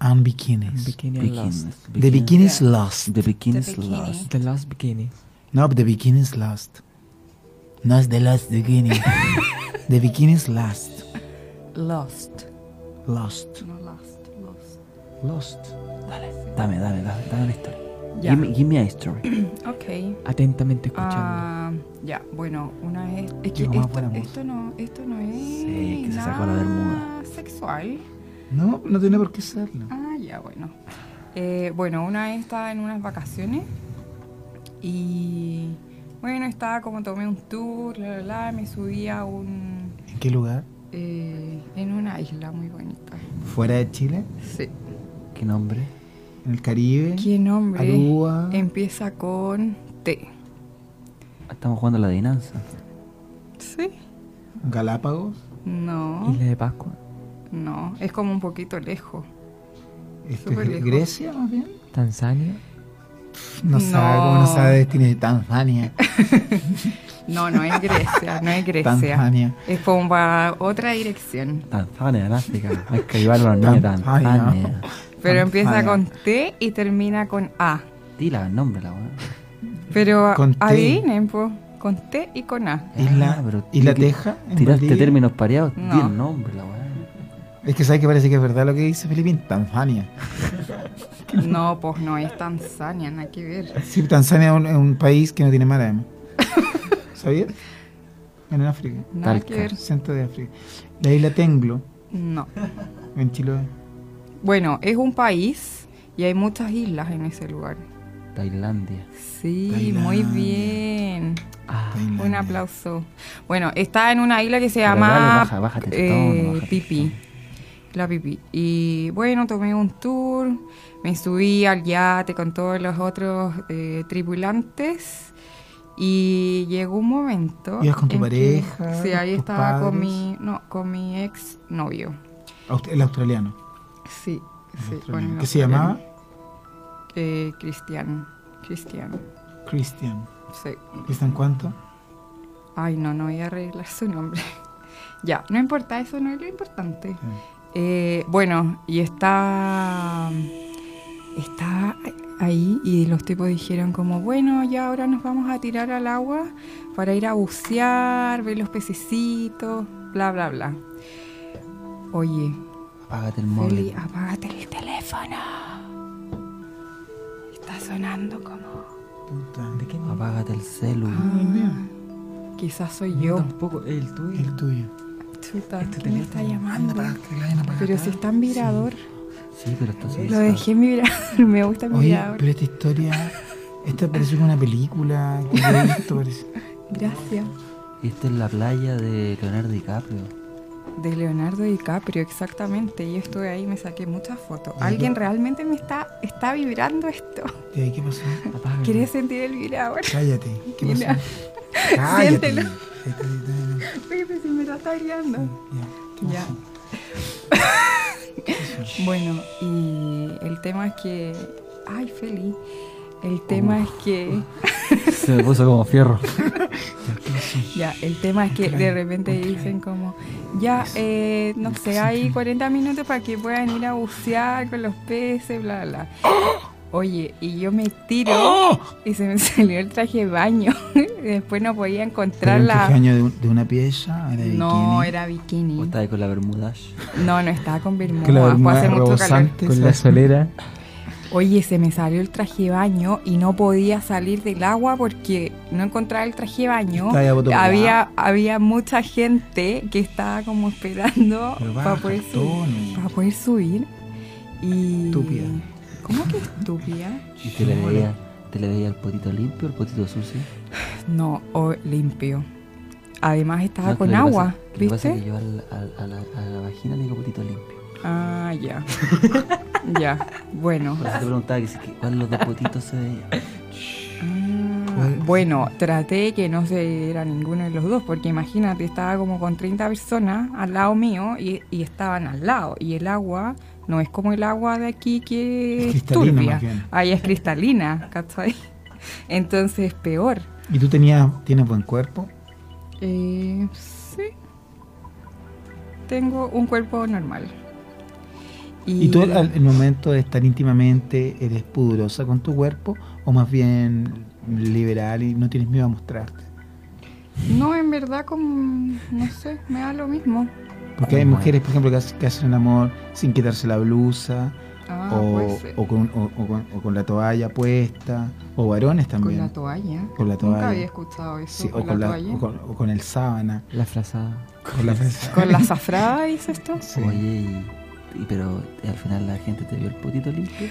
And bikinis.
Bikini
Begins.
Lost.
The bikinis lost.
The Begins
The Bikini.
Lost.
The Last Bikini.
No, the bikinis lost. No es the last bikini. the bikinis last.
Lost.
Lost.
No lost, lost.
Lost. Dale, dame, dame, dame, dame la historia.
Ya.
Give, me, give me a story.
Ok.
Atentamente escuchando.
Ah, ya, bueno, una vez. Es que
Yo me
esto,
acuerdo.
esto no, esto no es.
Sí, que se sacó la
nada
bermuda.
Sexual.
No, no tiene por qué serlo.
Ah, ya, bueno. Eh, bueno, una vez estaba en unas vacaciones y bueno, estaba como tomé un tour, la, la, la, me subí a un...
¿En qué lugar?
eh, en una isla muy bonita.
¿Fuera de Chile?
Sí.
¿Qué nombre?
¿En el Caribe?
¿Qué nombre?
Aruba.
Empieza con T.
Estamos jugando a la adivinanza.
Sí.
¿Galápagos?
No,
Isla de Pascua.
no, es como un poquito lejos.
Este,
Súper lejos.
¿Grecia más bien?
Tanzania.
No, sabe
No.
cómo no sabe destino de Tanzania.
No, no es Grecia, no es Grecia.
Tanzania.
Es como para otra dirección.
Tanzania, en África. Hay que llevarlo a los niños de
Tanzania.
Tanzania.
Pero empieza
Tanzania.
con T y termina con A.
Dila el nombre, la weá.
Pero
Con T. Eh.
adivinen, po, con T y con A.
Isla,
Ah, pero
Isla
tiene que
Teja. en
Tiraste
Valdivia.
términos pareados.
No.
Di el nombre, la weá.
Es que sabes que parece que es verdad lo que dice Filipín. Tanzania.
No, pues no es Tanzania, nada que ver.
Sí, Tanzania es un, es un país que no tiene mar, además. ¿Sabías? En África.
Nada
Talca.
que ver.
Centro de África. La isla Tenglo,
No.
en Chiloé.
Bueno, es un país y hay muchas islas en ese lugar.
Tailandia.
Sí,
Tailandia.
muy bien.
Tailandia.
Un aplauso. Bueno, está en una isla que se
Pero
llama
dale, baja, bájate el
eh,
tono, bájate el
Pipi. La Pipi. Y bueno, tomé un tour, me subí al yate con todos los otros eh, tripulantes Y llegó un momento.
¿Ibas con tu
en que-
pareja,
sí, ahí
tus
estaba con
padres?
mi, no, con mi ex novio.
Aust- El australiano.
Sí, sí.
australiano.
con el
¿Qué se
australiano.
llamaba?
Eh, Cristian. Cristian.
Christian.
Sí.
¿Cristian cuánto?
Ay, no, no voy a arreglar su nombre. ya, no importa, eso no es lo importante. Eh, bueno, y está. Está ahí y los tipos dijeron como, bueno, ya ahora nos vamos a tirar al agua para ir a bucear, ver los pececitos, bla, bla, bla. Oye,
Apágate el
Feli,
móvil.
apágate el teléfono. Está sonando como...
Apágate el celu.
Ah. Quizás soy yo.
Tampoco, el tuyo.
El tuyo.
Chuta,
Este
¿quién me está llamando? Pero si está en vibrador.
Sí, pero estás
Lo dejé en vibrador. Me gusta mi
Oye,
vibrador.
pero esta historia. Esta parece como una película. que yo he visto, parece.
Gracias.
Y esta es la playa de Leonardo DiCaprio.
De Leonardo DiCaprio, exactamente. Yo estuve ahí y me saqué muchas fotos. ¿Alguien realmente me está, está vibrando esto?
¿Y ahí qué pasó?
¿Quieres sentir el vibrador?
Cállate. ¿Qué pasó?
Mira.
Cállate.
Siéntelo. Oye, pero si me lo está guiando. Ya. bueno, y el tema es que. Ay, Feli. El tema es que.
Se me puso como fierro.
Ya, el tema es que de repente dicen como, ya, eh, no sé, hay 40 minutos para que puedan ir a bucear con los peces, bla, bla.
¡Oh!
bla. Oye, y yo me tiro y se me salió el traje de baño. Después no podía
Pero
encontrar
un traje de
la...
baño de, un- de una pieza. Era
No,
bikini.
era bikini.
Está ahí con la bermudash.
No, no estaba con
Que la
bermuda, fue
bermuda
hace mucho calor.
rebosante,
Con la solera.
Oye, se me salió el traje de baño y no podía salir del agua porque no encontraba el traje de baño.
Estaba botocuá.
Había, había mucha gente que estaba como esperando
Pero
para
baja
poder,
el
subir,
tono.
para poder subir. Y...
Estúpida.
¿Cómo que estúpida?
Y te le veía, te le veía el potito limpio, el potito sucio.
No, o limpio. Además estaba
No,
con
lo que
agua,
pasa- Lo que pasa es
¿viste?
que yo al- al- a, la, a la vagina le digo potito limpio.
Ah, ya. ya, bueno.
Por eso te preguntaba que, si- que cuál de los dos potitos se veía.
Ah, Bueno, traté que no se viera ninguno de los dos, porque imagínate, estaba como con 30 personas al lado mío y, y estaban al lado. Y el agua no es como el agua de aquí que
Es
es,
cristalina,
turbia.
más bien.
Ahí es cristalina, ¿cachai? Entonces, peor.
¿Y tú tenías, tienes buen cuerpo?
Eh, sí. Tengo un cuerpo normal.
¿Y, tú al, al momento de estar íntimamente eres pudorosa con tu cuerpo o más bien liberal y no tienes miedo a mostrarte?
No, en verdad, como. No sé, me da lo mismo.
Porque hay mujeres, por ejemplo, que, hace- que hacen el amor sin quitarse la blusa
Ah, puede
o,
ser.
o con, o- o con- o con la toalla puesta o varones
Con
también.
la toalla.
Con la
Nunca
toalla.
había escuchado eso.
Sí, o,
con,
con
la,
la-
toalla.
o con- o con el sábana.
La frazada.
Con la fresa.
¿Con la zafrada dices tú?
Sí.
Oye, y, y pero eh, al final la gente te vio el potito limpio.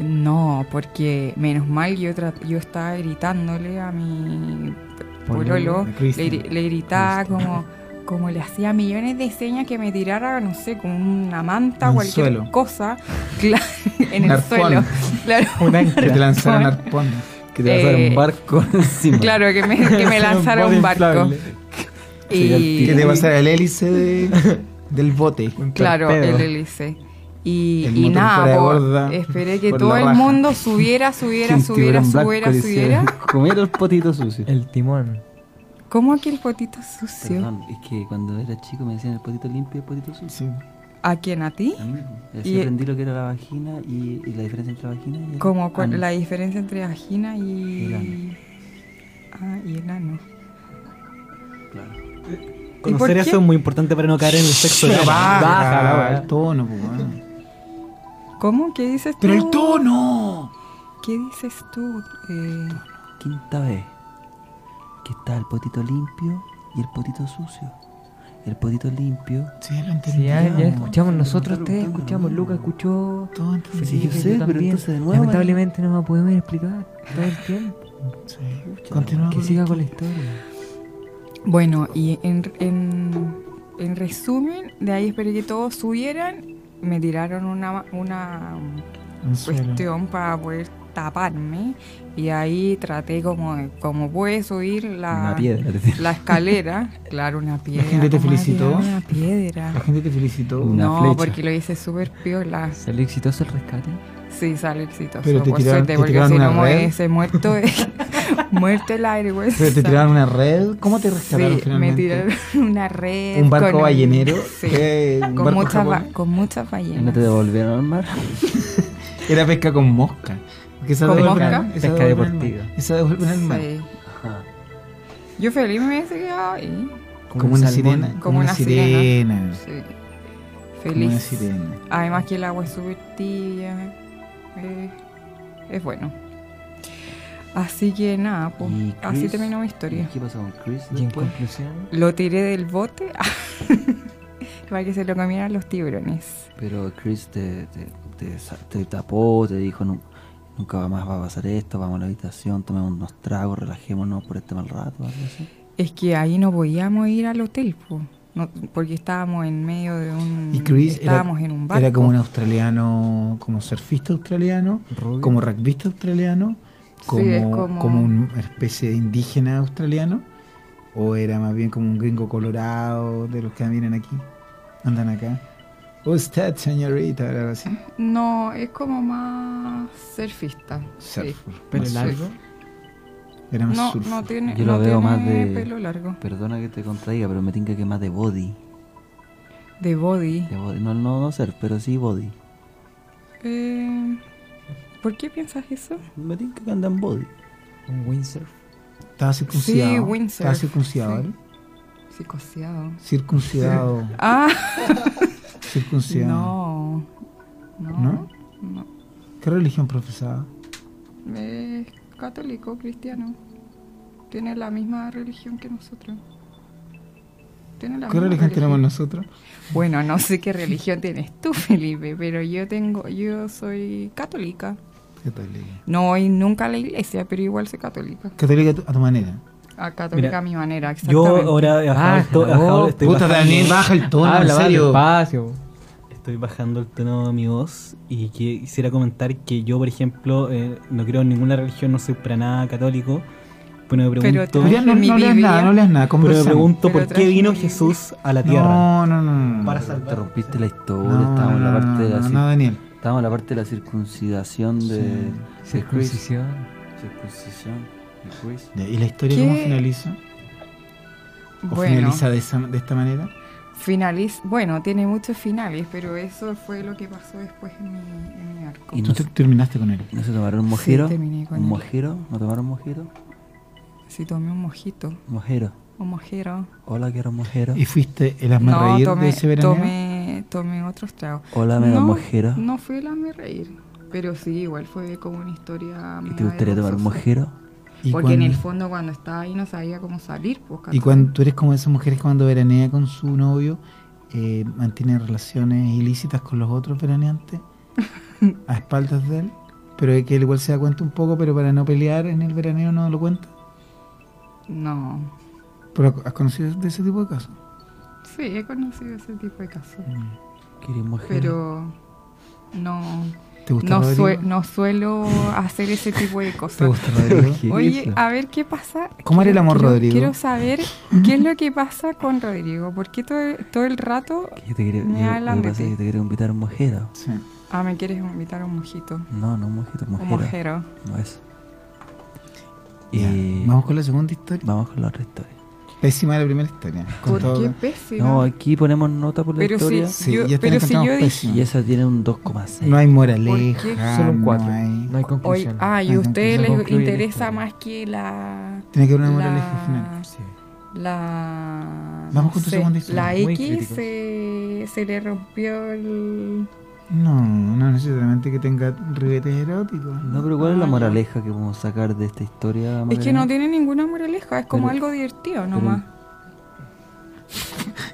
No, porque menos mal yo, tra- yo estaba gritándole a mi
Pololo,
pololo,
a
le,
Cristian.
gri- le gritaba como, como le hacía millones de señas que me tirara, no sé, con una manta o
Al
cualquier
suelo.
cosa cla- en
Un
el
arpón.
suelo. Claro,
Un
Que te lanzaran arpón.
Arpón.
Que te va a dar
Eh,
un barco encima.
claro, que me, que me lanzara un barco. Y,
Que te pasara el hélice de- del bote.
Claro,
torpedo.
el hélice. Y,
El
y
motor fuera
nada,
de
po,
borda,
esperé que
por
todo
la
el
raja.
mundo subiera, subiera,
Un
subiera,
tiburón blanco
subiera,
y se
subiera.
Comiera el potito sucio.
El timón.
¿Cómo que el potito sucio?
Perdón, es que cuando era chico me decían el potito limpio y el potito sucio.
Sí.
¿A quién? ¿A ti?
A mí, y así
Y- eh,
aprendí Ah, lo que era la vagina y, y la diferencia entre la vagina y el
Como con
ano.
la diferencia entre vagina y...
El
Ah, y enano. por
Conocer
qué?
eso es muy importante para no caer en el sexo.
Pero
oral.
baja,
Baja la
baja
weá.
el tono, pues, bueno.
¿Cómo? ¿Qué dices tú?
Pero el tono.
¿Qué dices tú? Eh,
Quinta vez que está el potito limpio y el potito sucio. El potito limpio.
Sí, lo
Sí,
entendí.
ya, ya escuchamos nosotros tres, escuchamos, Lucas escuchó.
Todo entendido.
Felipe,
yo sé, pero
también.
entonces de nuevo,
Lamentablemente no la podemos explicar todo el tiempo.
Continúa
Que
con-
siga con la historia.
Bueno, y en, en, en resumen, de ahí esperé que todos subieran. Me tiraron una, una
un suelo.
cuestión para poder taparme y ahí traté como de- como pude subir la,
Una piedra, te digo.
la escalera, claro, una piedra.
gente te
¿cómo va a
felicitó?
tirar Una piedra.
La gente te felicitó.
no, porque lo hice súper piola.
¿Salió exitoso el rescate?
Sí, sale exitoso.
Pero te
por
tiraron-
suerte,
te
porque
tiraron
si
una
no
red.
muere, muerto, es- muerto el aire, güey.
Pero te tiraron una red. ¿Cómo te rescataron
Sí, me
finalmente?
tiraron una red.
¿Un barco
con
ballenero?
Sí,
¿Qué? ¿Un
con,
barco
muchas ba-
japonés?
con muchas ballenas.
¿No te devolvieron al mar?
Era pesca con mosca. Porque esa
¿Con
devuelve-
mosca?
esa
Pesca
devuelve el
deportiva.
mar. Esa devuelve el mar.
Sí. Yo feliz me hubiese quedado ahí.
Como una sirena.
Como una sirena. Sí.
Como
Este, Feliz.
una sirena.
Además que el agua es súper tibia. eh, es bueno. Así que nada, pues, así terminó mi historia.
¿Qué pasó con Chris?
Y en
después?
conclusión,
Pues, Lo tiré del bote para que se lo comieran los tiburones.
Pero Chris te, te, te sa- te tapó, te dijo, "Nu- nunca más va a pasar esto, vamos a la habitación, tomemos unos tragos, relajémonos por este mal rato, algo así.
Es que ahí no podíamos ir al hotel, po, no- porque estábamos en medio de un...
Y Chris era,
estábamos en un barco.
era como un australiano, como surfista australiano,
Rubio.
como rugbyista australiano, como,
es
como...
como-
una especie de indígena australiano, o era más bien como un gringo colorado de los que vienen aquí, andan acá. Usted, señorita, era algo así.
No, es como más surfista. sí.
Surfer,
pero
más
largo.
surf. Era más
No,
surf.
no tiene,
Yo
no
lo veo
tiene
más de...
pelo largo.
Perdona que te contraiga, pero me tinca que más de body.
De body.
de body. No, no, no ser, pero sí body.
Eh, ¿Por qué piensas eso?
Me tinca que anda en body.
Un windsurf.
Estaba circuncidado.
Sí, windsurf,
Estaba circuncidado.
sí.
¿eh?
Psicoseado.
Circuncidado.
Ah.
Circuncidado.
No. No.
¿No?
No.
¿Qué religión profesaba?
Es católico, cristiano. Tiene la misma religión que nosotros. Tiene la
¿Qué
misma
religión tenemos nosotros?
Bueno, no sé qué religión tienes tú, Felipe, pero yo tengo, yo soy católica.
Católica.
No voy nunca a la iglesia, pero igual soy católica.
Católica a tu- a tu manera.
Ah, católica
Mira,
a mi manera,
Yo
exactamente.
ahora he bajado el to- he bajado- estoy
Puta,
bajando-
Daniel, baja el tono,
Habla
en
más
serio.
despacio.
Estoy bajando el tono de mi voz y que- quisiera comentar que yo, por ejemplo, eh, no creo en ninguna religión, no soy para nada católico. Pero me
Pero
pregunto,
traje
Julián, no,
mi
no leas
Biblia.
nada, no leas nada.
pero me
conversamos.
pregunto
Pero
por qué
traje
vino
mi Biblia.
Jesús a la tierra.
No, no, no. no.
Para salvar.
Rompiste la historia,
No,
estábamos en la
no,
parte de la
no,
cir-
no, Daniel.
estábamos en la parte de la circuncidación de, de Chris.
Circuncisión.
Circuncisión de Chris.
Ya, ¿Y la historia cómo
¿Qué?
finaliza? ¿O
bueno,
finaliza de, esa- de esta manera?
finaliz- bueno, tiene muchos finales, pero eso fue lo que pasó después en mi, en mi arco.
Y
Tú
no,
te- terminaste con él.
no se tomaron un mojero?
terminé con
¿Un
él.
mojero? ¿No tomaron mojero?
Si tomé un mojito,
Mojero.
un mojero.
Hola, quiero mojero.
¿Y fuiste el hazme
No,
reír de
tomé,
ese verano?
tomé, tomé otros tragos.
Hola, me da
no,
mojero.
no fue el me reír, pero sí, igual fue como una historia.
¿Y
media
te gustaría tomar
vergonzosa.
mojero?
¿Y
Porque en
cuando,
el fondo cuando estaba ahí no sabía cómo salir. Pues,
y
¿cachai?
cuando tú eres como esas mujeres que cuando veranea con su novio, eh, mantienen relaciones ilícitas con los otros veraneantes, a espaldas de él, pero es que él igual se da cuenta un poco, pero para no pelear en el veraneo no lo cuenta.
No.
¿Pero has conocido de ese tipo de casos?
Sí, he conocido ese tipo de casos.
Mm. ¿Quieres mojero?
Pero no,
¿Te gusta
no,
Rodrigo?
sue- no suelo hacer ese tipo de
¿Te
cosas.
gusta Rodrigo?
Oye, a ver qué pasa.
¿Cómo era el amor,
Quiero-
Rodrigo?
Quiero saber qué es lo que pasa con Rodrigo. ¿Por qué todo, todo el rato
Que yo te quería,
Me
yo-
hablan de
lo que pasa es
ti.
que te quiero invitar a un mojero.
Sí.
Ah, me quieres invitar a un mojito.
No, no un mojito,
Un
mojero.
mojero.
No es.
Ya,
Y
Vamos con la segunda historia.
vamos con la otra historia.
Pésima la primera historia. con
¿Por
todo-
qué pésimo?
No, aquí ponemos nota por la
pero si,
historia.
Sí,
yo,
ya te
pero
la
si
encontramos
yo dije...
Y esa tiene un 2,6.
No hay
¿Por
moraleja.
qué?
Solo un 4.
no
No hay,
hay-
Hoy,
conclusión.
ah, y
Ah,
a ustedes
entonces
les
concluye la
interesa
historia.
más que la...
Tiene que haber una
la-
moraleja final.
Sí.
La.
Vamos con tu
sé,
segunda historia.
La
Muy
X
críticos.
se, se le rompió el.
No, no necesariamente que tenga ribetes eróticos.
No, pero ¿cuál es la
Ah, ya.
moraleja que podemos sacar de esta historia?
Es que no
Macarena?
tiene ninguna moraleja, es como
Pero-
algo divertido nomás.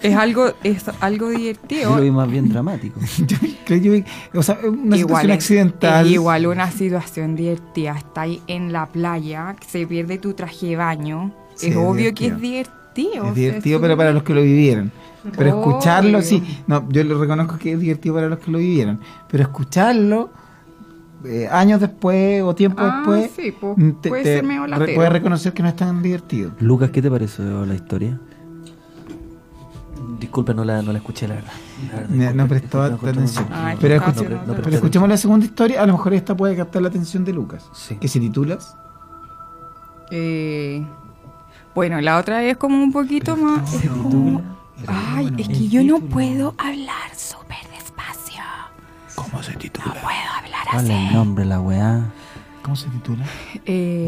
Es algo, es algo
Yo
divertido.
lo vi más bien dramático.
Yo creo que- o sea, es una situación
es-
accidental.
es igual una situación divertida. Está ahí en la playa, se pierde tu traje de baño.
Sí,
es
es
obvio que
divertido.
es divertido. o sea,
Es divertido,
es
pero para los que lo vivieron. Pero
Obvio.
escucharlo, sí. No, yo le reconozco que es divertido para los que lo vivieron. Pero escucharlo, eh, años después o tiempo
Ah,
después
sí, po.
mm,
Puede ser medio
re-
latero.
puedes reconocer que no es tan divertido.
Lucas, ¿qué te pareció la historia?
Disculpa, no la, no la escuché, la verdad.
No, no prestó atención.
Ay,
pero,
no,
escucha-
no, no, no,
pero
no, no.
escuchemos la segunda historia. A lo mejor esta puede captar la atención de Lucas. Que se titula.
Eh, bueno, la otra es como un poquito más. es como- Ay, es que yo no puedo hablar súper despacio.
¿Cómo se titula?
No puedo hablar
¿Cuál es el
así.
nombre, la weá?
¿Cómo se titula?
Eh,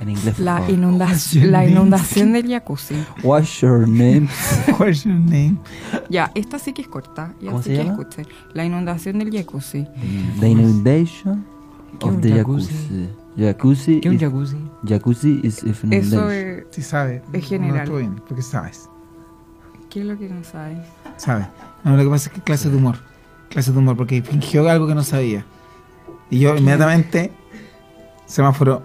En inglés. por
La,
favor.
inunda-
your
la
name?
inundación del jacuzzi.
What's your name?
What's your name?
Ya, esta sí que es corta. Y
¿Cómo
así
se
que
llama?
escuchen. La inundación del jacuzzi.
The inundation
¿Qué
of
un
the jacuzzi.
jacuzzi?
Jacuzzi.
¿Qué un
is-
jacuzzi?
Jacuzzi is if
Eso
inundation.
es,
Sí, sabe.
es general.
No, bien, porque sabes.
¿Qué es lo que no sabes?
Sabe. No, lo que pasa es que clase de humor. Clase de humor, porque fingió algo que no sabía. Y yo inmediatamente. Semáforo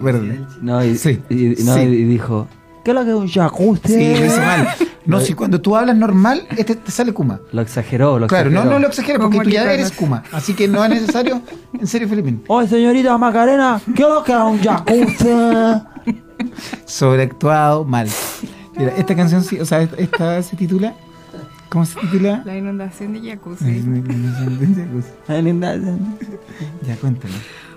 verde.
No, y,
Sí,
y- y- no,
sí.
y dijo. ¿Qué es lo que es un jacuzzi?
Sí, lo hice mal. No, si cuando tú hablas normal, este te sale Kuma.
Lo exageró, lo
Claro, no,
exageró.
no lo exageres porque
Como
tú
que
ya
cuando-
eres Kuma. Así que no es necesario. En serio, Filipín.
Oye, señorita Macarena, ¿qué es lo que es un jacuzzi?
Sobreactuado mal. Mira, esta canción, sí, o sea, esta- esta se titula. ¿Cómo se titula?
La inundación del jacuzzi.
ya, cuéntalo.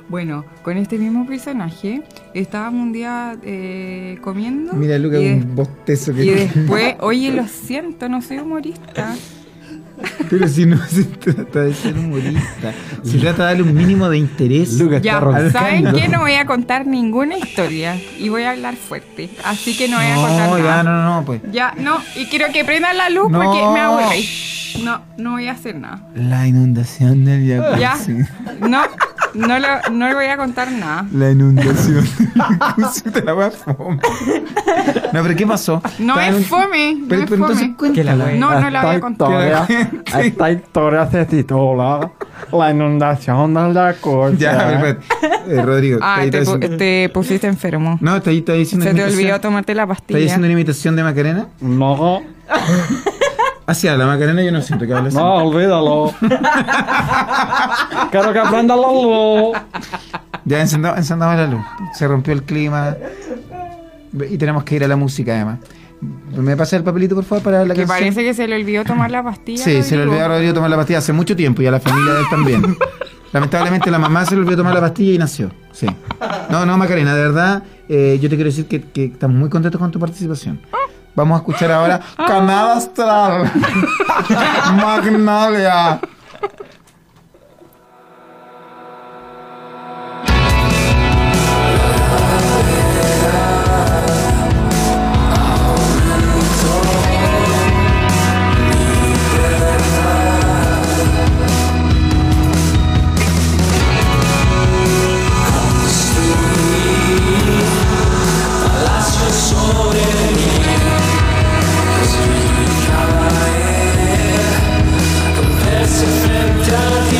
Bueno, con este mismo personaje estábamos un día eh, comiendo.
Mira, Luca,
y,
un bostezo que.
y después, oye, lo siento, no soy humorista.
Pero si no se trata de ser humorista, se trata de darle un mínimo de interés.
Ya, ¿saben qué? No voy a contar ninguna historia y voy a hablar fuerte. Así que no voy a contar
No, ya,
nada.
no, no, no, pues.
Ya, no, y quiero que prendan la luz
No.
porque me aburrí. No, no voy a hacer nada.
La inundación del
Ya,
jacuzzi.
no, no, lo- no le voy a contar nada.
La inundación del jacuzzi de la wea fome. No, pero ¿qué pasó?
No
Estaba en un-
es fome, no
Pero-
es
pero entonces
fome. No, no la voy a contar.
Esta historia, esta historia se titula La inundación de la corte.
Ya, perfecto. Eh, Rodrigo,
Ah,
ahí
te,
está
pu-
diciendo-
te pusiste enfermo.
No, está ahí, está diciendo
Se
una
te
imitación.
olvidó tomarte la
¿Está
pastilla.
diciendo una imitación de Macarena?
No.
Hacia la Macarena yo no siento que hablas.
No, olvídalo. Quiero que prenda la luz.
Ya encendamos, encendamos la luz. Se rompió el clima. Y tenemos que ir a la música además. ¿Me pasa el papelito, por favor, para la
Que
canción?
parece que se le olvidó tomar la pastilla.
Sí, se le
Rodrigo.
olvidó a Rodrigo tomar la pastilla hace mucho tiempo y a la familia de él también. Lamentablemente la mamá se le olvidó tomar la pastilla y nació. Sí. No, no, Macarena, de verdad, eh, yo te quiero decir que, que estamos muy contentos con tu participación. Vamos a escuchar ahora Canada Astral. Magnolia.
Palacio sobre mí, es mi cabaret, conversación.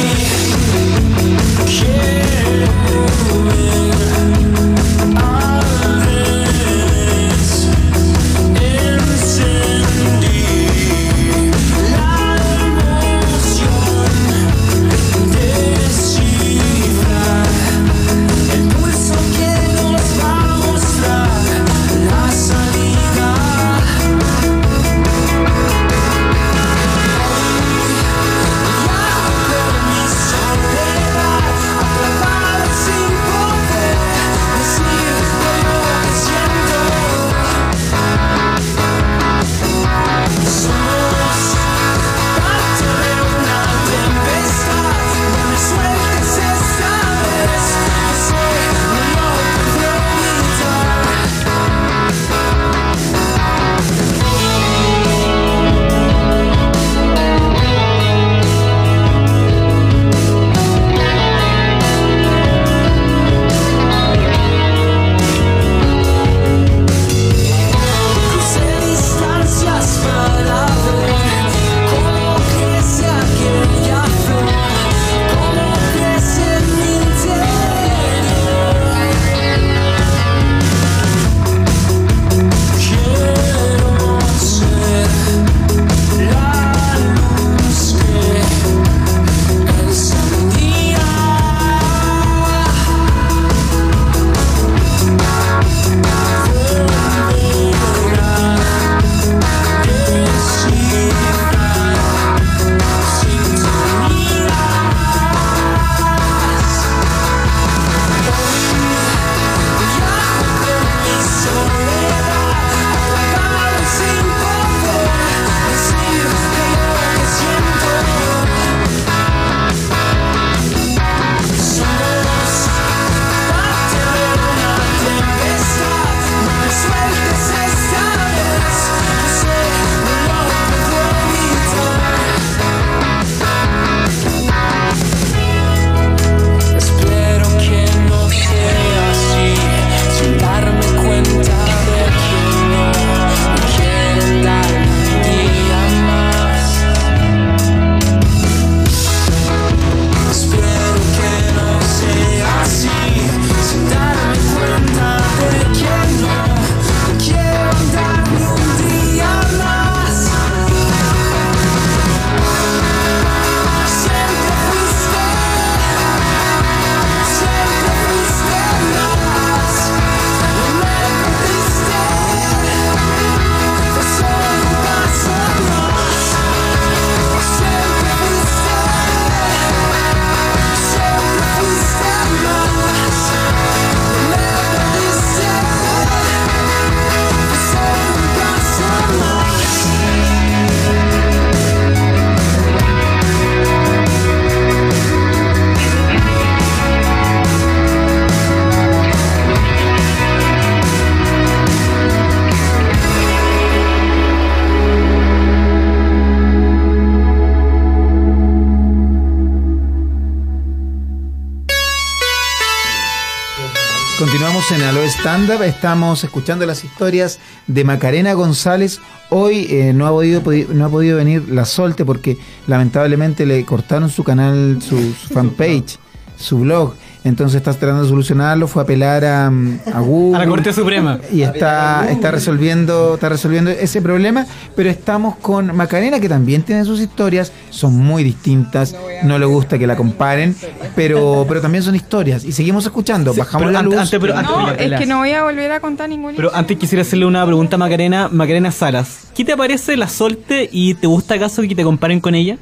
Seguimos en Alo Stand Up, estamos escuchando las historias de Macarena González. Hoy eh, no, ha podido, podi- no ha podido venir la Solte porque lamentablemente le cortaron su canal, su, su fanpage, su blog. Entonces está tratando de solucionarlo, fue a apelar a, mm, a Google.
A la Corte Suprema.
Y está, está, resolviendo, está resolviendo ese problema, pero estamos con Macarena, que también tiene sus historias, son muy distintas, no le gusta que la comparen, pero, pero también son historias. Y seguimos escuchando, bajamos
pero
la
ante-
luz.
ante- pero ante-
No, es que no voy a volver a contar ninguna
Pero antes quisiera hacerle una pregunta a Macarena, Macarena Salas. ¿Qué te parece la Solte y te gusta acaso que te comparen con ella?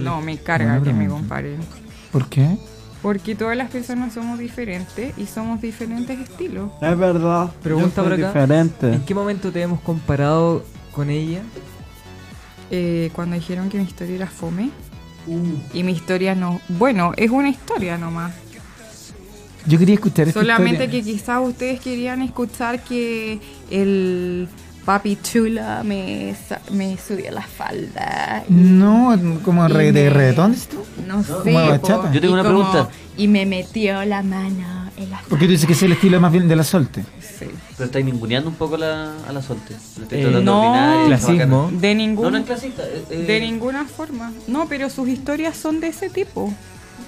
No, me carga que me comparen.
¿Por qué?
Porque todas las personas somos diferentes y somos diferentes estilos.
Es verdad. Pregunta
Yo
por
soy
acá.
diferente.
¿En qué momento te hemos comparado con ella?
Eh, cuando dijeron que mi historia era fome.
Uh.
Y mi historia no. Bueno, es una historia nomás.
Yo quería escuchar esta
Solamente
historia.
que quizás ustedes querían escuchar que el papi chula me, sa- me subía la falda.
No, como re- de
me-
reggaetón, ¿dices tú?
No sé.
Como de bachata.
po,
Yo tengo
y
una
como-
pregunta.
Y me metió la mano en la
Porque tú dices que es el estilo más bien de la solte.
Pero estáis ninguneando un poco la, a la solte. La estáis
Eh,
tratando de
no.
ordinaria,
Clasismo.
chabacana.
De ningún,
No, no es clasista. eh, eh,
De ninguna forma. No, pero sus historias son de ese tipo.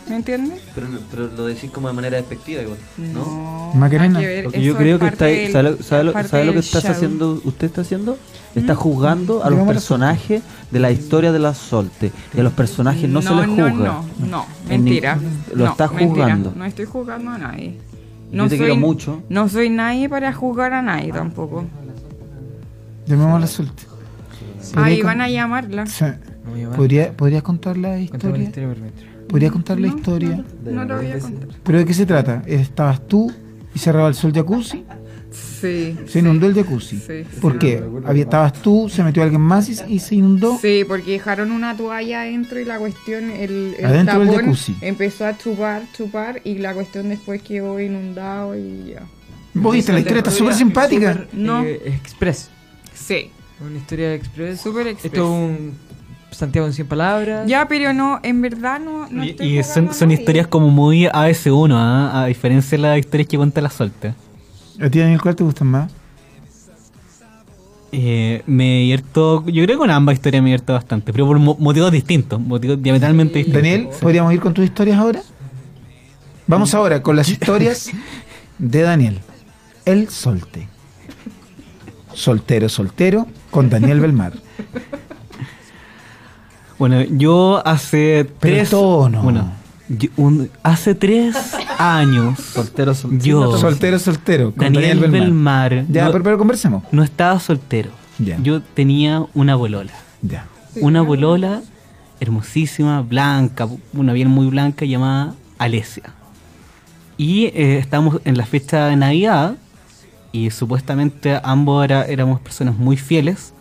¿Me entiendes?
Pero, pero lo decís como de manera despectiva igual, ¿no?
Macarena.
Porque yo creo que está, ¿sabe, lo- sabe lo- sabe lo que estás haciendo, usted está haciendo? Está
¿Mm?
juzgando a los
Digamos la
personajes de la historia de la Solte. Y a los personajes no, se les juzga.
No, no, no,
En ni-
mentira.
Lo
No,
está
mentira.
juzgando.
No estoy juzgando a nadie.
Yo te quiero mucho.
No soy nadie para juzgar a nadie tampoco.
Llamemos a la solte.
Ahí
Podría
van
con-
a llamarla.
Sí. ¿Podría, ¿Podrías contar la
una
historia?
historia por mientras.
¿Podrías contar la
No,
historia?
No, no lo voy a contar.
¿Pero de qué se trata? ¿Estabas tú y cerraba el sol jacuzzi?
Sí.
Se inundó el jacuzzi.
Sí.
¿Por
Sí.
qué? Había- estabas tú, se metió alguien más y, y se inundó.
Sí, porque dejaron una toalla adentro y la cuestión, el, el
Adentro del
tapón
jacuzzi.
empezó a chupar, chupar y la cuestión después quedó inundado y ya.
Vos viste, la historia está súper simpática.
No.
Eh, express.
Sí.
Una historia express.
Súper express.
Esto es un Santiago en 100 palabras.
Ya, pero no, en verdad no, no estoy
Y son,
jugando a
son
nadie.
historias como muy AS1, ¿ah? a diferencia de las historias que cuenta la Solte.
¿A ti, Daniel, cuál te gustan más?
Eh, me divierto, yo creo que con ambas historias me divierto bastante, pero por mo- motivos distintos, motivos diametralmente distintos.
Daniel, ¿podríamos ir con tus historias ahora? Vamos ahora con las historias de Daniel. El solte. Soltero, soltero, con Daniel Belmar.
Bueno, yo hace
Pero
tres.
tono.
Bueno, yo- un- hace tres años. Soltero, Yo,
Soltero, soltero, con
Daniel,
Daniel,
Belmar.
Ya,
no,
pero, pero conversemos.
no estaba soltero. Yo tenía una bolola.
Ya.
Una bolola hermosísima, blanca, una piel muy blanca llamada Alesia. Y eh, estábamos en la fiesta de Navidad y supuestamente ambos era- éramos personas muy fieles.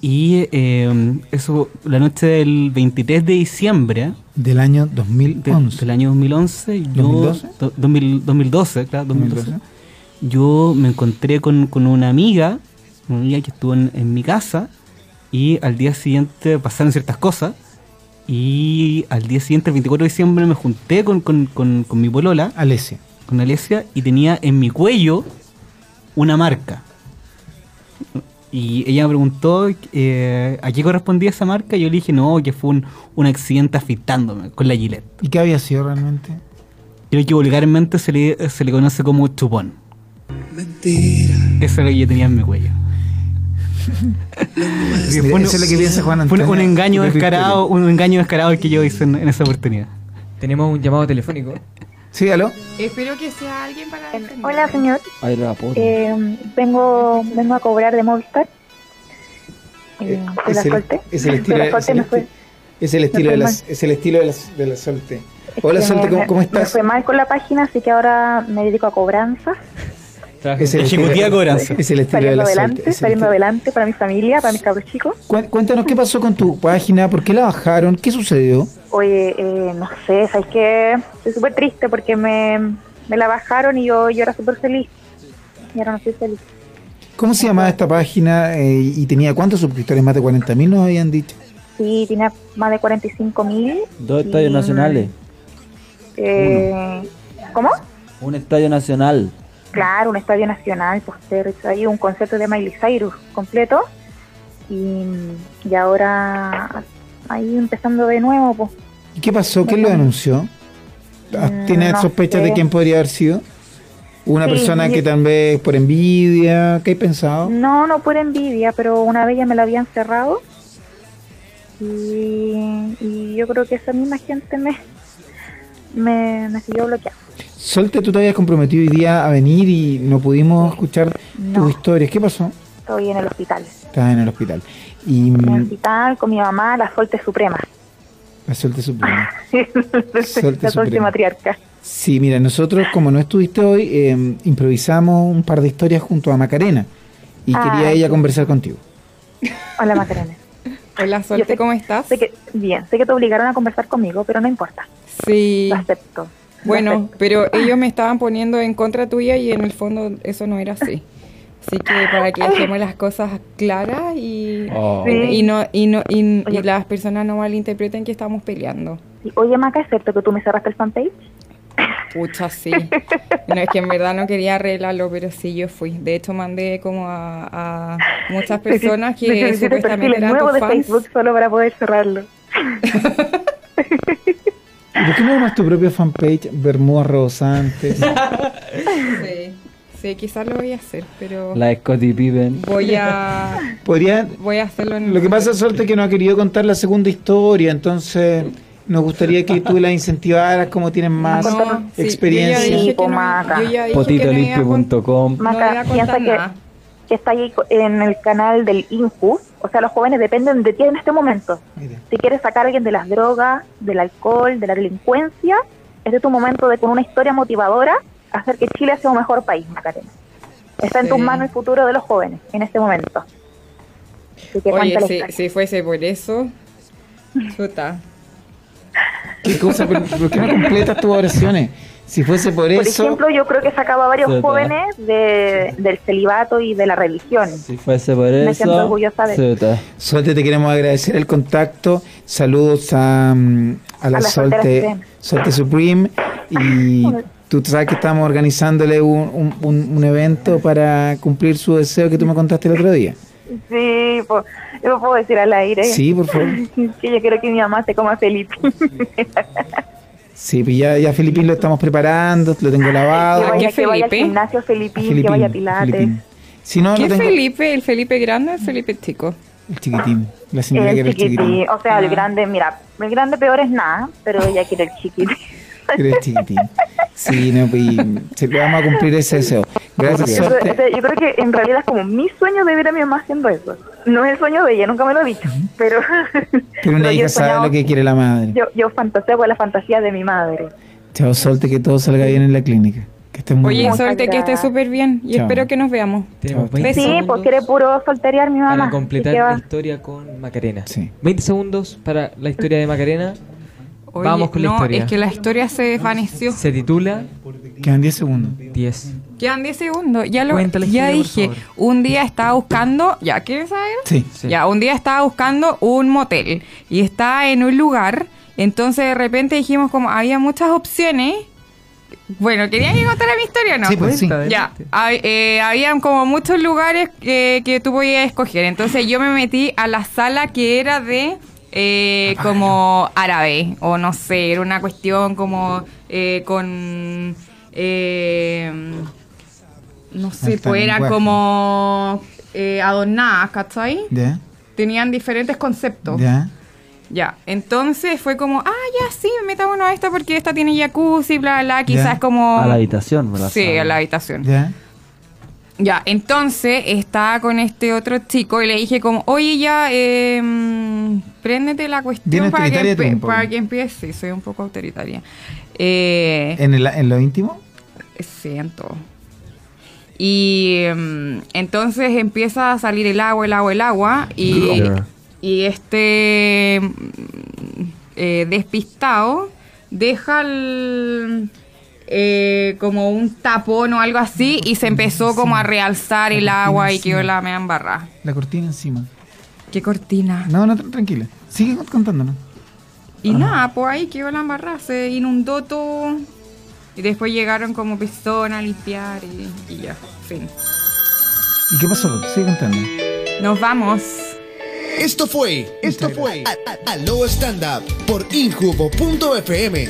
Y eh, eso, la noche del 23 de diciembre
Del año
de-
2011.
del año 2011, yo,
¿2012?
do- 2000 2012, claro, 2012.
2012.
Yo me encontré con, con una amiga, una amiga que estuvo en, en mi casa, y al día siguiente pasaron ciertas cosas, y al día siguiente, el 24 de diciembre, me junté con, con, con- con mi polola.
Alesia.
Con Alesia, y tenía en mi cuello una marca. Y ella me preguntó eh, a qué correspondía esa marca, y yo le dije, no, que fue un, un accidente afectándome con la Gillette.
¿Y qué había sido realmente?
Creo que vulgarmente se le, se le conoce como chupón. Mentira. Eso es lo que yo tenía en mi cuello. Porque
Mira,
fue un-
eso es lo que piensa Juan
fue un-
Antonio
un engaño
de Victoria.
descarado, un engaño descarado el que yo hice en, en esa oportunidad.
Tenemos un llamado telefónico.
Sí, aló.
Espero que sea alguien para
Em, Hola, señor.
Ahí lo
Eh, vengo, vengo a cobrar de Movistar.
Eh,
¿Te la
es, el,
solté?
es el
¿Te
estilo,
la
es
solté?
el
Me fue-
esti- es el estilo
fue
de la,
mal.
es el estilo de la, de la solte.
es
Hola
que
solte,
me-
¿cómo,
me-
cómo
Me
estás?
fue mal con la página, así que ahora me dedico a cobranzas.
Es el estilo-
Ejecutiva cobranza.
Es el estilo de
Saliendo
la
adelante,
solte. es el
saliendo
estilo-
adelante para mi familia, para mis cabros chicos.
Cué- Cuéntanos qué pasó con tu página, por qué la bajaron, qué sucedió.
Oye, eh, no sé, ¿sabes qué? Estoy súper triste porque me, me la bajaron y yo, yo era súper feliz. Y ahora no soy feliz.
¿Cómo se llamaba esta página eh, y tenía cuántos suscriptores? Más de 40.000 nos habían dicho.
Sí, tenía más de 45 mil.
Dos estadios nacionales.
Eh, ¿Cómo?
Un estadio nacional.
Claro, un estadio nacional, poster, hay un concierto de Miley Cyrus completo. Y, y ahora ahí empezando de nuevo, pues.
¿Y qué pasó? ¿Quién lo denunció?
Mm,
¿Tienes
no
sospechas
sé.
Ah, de quién podría haber sido? ¿Una
Sí,
persona
yo-
que tal vez por envidia? ¿Qué hay pensado?
No, no por envidia, pero una vez ya me la habían cerrado. Y, y yo creo que esa misma gente me, me, me siguió bloqueando.
Solte, tú te habías comprometido hoy día a venir y no pudimos escuchar tus historias. ¿Qué pasó?
Estoy en el hospital.
Estás en el hospital. Y
En el
mm,
hospital con mi mamá, la Solte Suprema.
la suerte suprema.
la Solte
Suprema.
Matriarca.
Sí, mira, nosotros como no estuviste hoy, eh, improvisamos un par de historias junto a Macarena. Y
Ah,
quería ella
sí.
conversar contigo.
Hola, Macarena.
Hola, Solte, ¿cómo estás?
bien, sé que te obligaron a conversar conmigo, pero no importa.
Sí.
Lo acepto.
Bueno, pero ellos me estaban poniendo en contra tuya y en el fondo eso no era así. Así que para que dejemos las cosas claras y,
Oh.
y no y no y, y las personas no malinterpreten que estamos peleando.
Y, Oye, Maca, ¿es cierto que tú me cerraste el fanpage?
Pucha, sí. No, es que en verdad no quería arreglarlo, pero sí, yo fui. De hecho, mandé como a, a muchas personas que
Necesito
supuestamente
perfiles
eran
nuevos
tus
de
fans.
Facebook solo para poder cerrarlo.
¿Y ¿Por qué no armas tu propio fanpage, Bermuda Rebosante?
Sí, sí, quizás lo voy a hacer, pero
La Scotty Pippen.
voy a
Podría,
voy a hacerlo en
Lo que pasa, Solte, es que no ha querido contar la segunda historia, entonces nos gustaría que tú la incentivaras como tienen más
No, sí,
experiencia.
yo ya dije que no- yo ya dije que no iba a
Potitolinky.com.
Maca, piensa que, que está ahí co- en el canal del INJU. O sea, los jóvenes dependen de ti en este momento. Si quieres sacar a alguien de las drogas, del alcohol, de la delincuencia, este es tu momento de, con una historia motivadora, hacer que Chile sea un mejor país, Macarena. Está en tus
Sí.
manos el futuro de los jóvenes en este momento. Así
Oye,
que cuenta la
si,
historia.
si fuese por eso, chuta.
¿Qué cosa? ¿Por, por qué no completas tus oraciones? Si fuese por,
Por
eso,
ejemplo, yo creo que sacaba a varios
Zeta.
jóvenes de- del celibato y de la religión.
Si fuese por
Me siento
eso.
orgullosa de-
Solte, te queremos agradecer el contacto. Saludos a, mm, a la
A la soltera
Solte,
Supreme.
Solte Supreme. Y tú sabes que estamos organizándole un, un- un- un evento para cumplir su deseo que tú me contaste el otro día.
Sí, po- yo lo puedo decir al aire.
Sí, por favor.
Que yo quiero que mi mamá se coma Felipe.
Sí, pues ya, ya Filipín lo estamos preparando, lo tengo lavado.
que, vaya, que vaya al gimnasio Felipe, que
Filipín,
vaya a Pilates.
Filipín. Si Ah, no,
¿Qué
lo tengo
Felipe? ¿El Felipe grande o el Felipe chico?
el chiquitín. La señora que
El
era el
chiquitín,
chiquitín.
o sea, el
Ah.
grande, mira, el grande peor es nada, pero ella quiere el chiquitín.
Era el chiquitín. Sí, no, pues, y se le vamos a cumplir ese deseo. Gracias,
Yo creo, o
suerte.
sea, yo creo que en realidad es como mi sueño de ver a mi mamá haciendo eso. No es el sueño de ella, nunca me lo he dicho, pero
Pero una
yo
hija
he
sabe
soñado-
lo que quiere la madre.
yo, yo fantaseo con la fantasía de mi madre.
Chao, Solte, que todo salga bien en la clínica. Que estés muy
Oye,
bien.
Solte, que esté
gracias.
súper bien y
Chao.
espero que nos veamos.
Chao.
Besos.
Sí, pues quiere puro solterear mi mamá.
Para completar
así que va.
la historia con Macarena. 20 segundos para la historia de Macarena.
Oye,
Vamos con
no,
la historia.
es que la historia se desvaneció.
Se titula.
Quedan 10 segundos.
10.
Quedan 10 segundos. Ya lo
Cuéntale,
ya
Julia, por
dije, un día estaba buscando, ¿ya quieres saber?
Sí.
Ya, un día estaba buscando un motel y está en un lugar, entonces de repente dijimos como había muchas opciones. Bueno, ¿querían que contara mi historia o no?
Sí, pues, sí. Cuenta,
Ya, hab- eh, habían como muchos lugares eh, que tú podías escoger, entonces yo me metí a la sala que era de eh, como árabe o no sé, era una cuestión como eh, con... eh, no sé,
Hasta
pues era
lenguaje.
como eh, adornadas, ¿cachai?
¿Ya?
Tenían diferentes conceptos.
¿Ya?
Ya, entonces fue como, ah, ya sí, metámonos a esta porque esta tiene jacuzzi, bla, bla, bla, quizás
Ya.
como...
A la habitación, ¿verdad?
Sí, a la habitación.
¿Ya?
Ya, entonces estaba con este otro chico y le dije como, oye, ya, eh, mm, préndete la
Bien
cuestión para que,
autoritaria tú
empie-
un poco.
para que empiece. Sí, soy un poco autoritaria. Eh,
¿En, el- en lo íntimo?
siento. Y mm, entonces empieza a salir el agua, el agua, el agua. Y,
Grover.
y este mm, eh, despistado deja el, eh, como un tapón o algo así y se empezó como a realzar el agua y quedó la mea embarrada.
La cortina encima.
¿Qué cortina?
No, no, tran- tranquila. Sigue contándonos.
Y nada, pues ahí quedó la embarrada. Se inundó todo. Y después llegaron como pistola a limpiar y, y ya, fin.
¿Y qué pasó? Sigue contando.
Nos vamos.
Esto fue, esto fue A- A- Aloha Stand Up por Injubo.fm.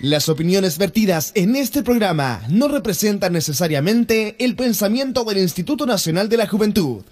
Las opiniones vertidas en este programa no representan necesariamente el pensamiento del Instituto Nacional de la Juventud.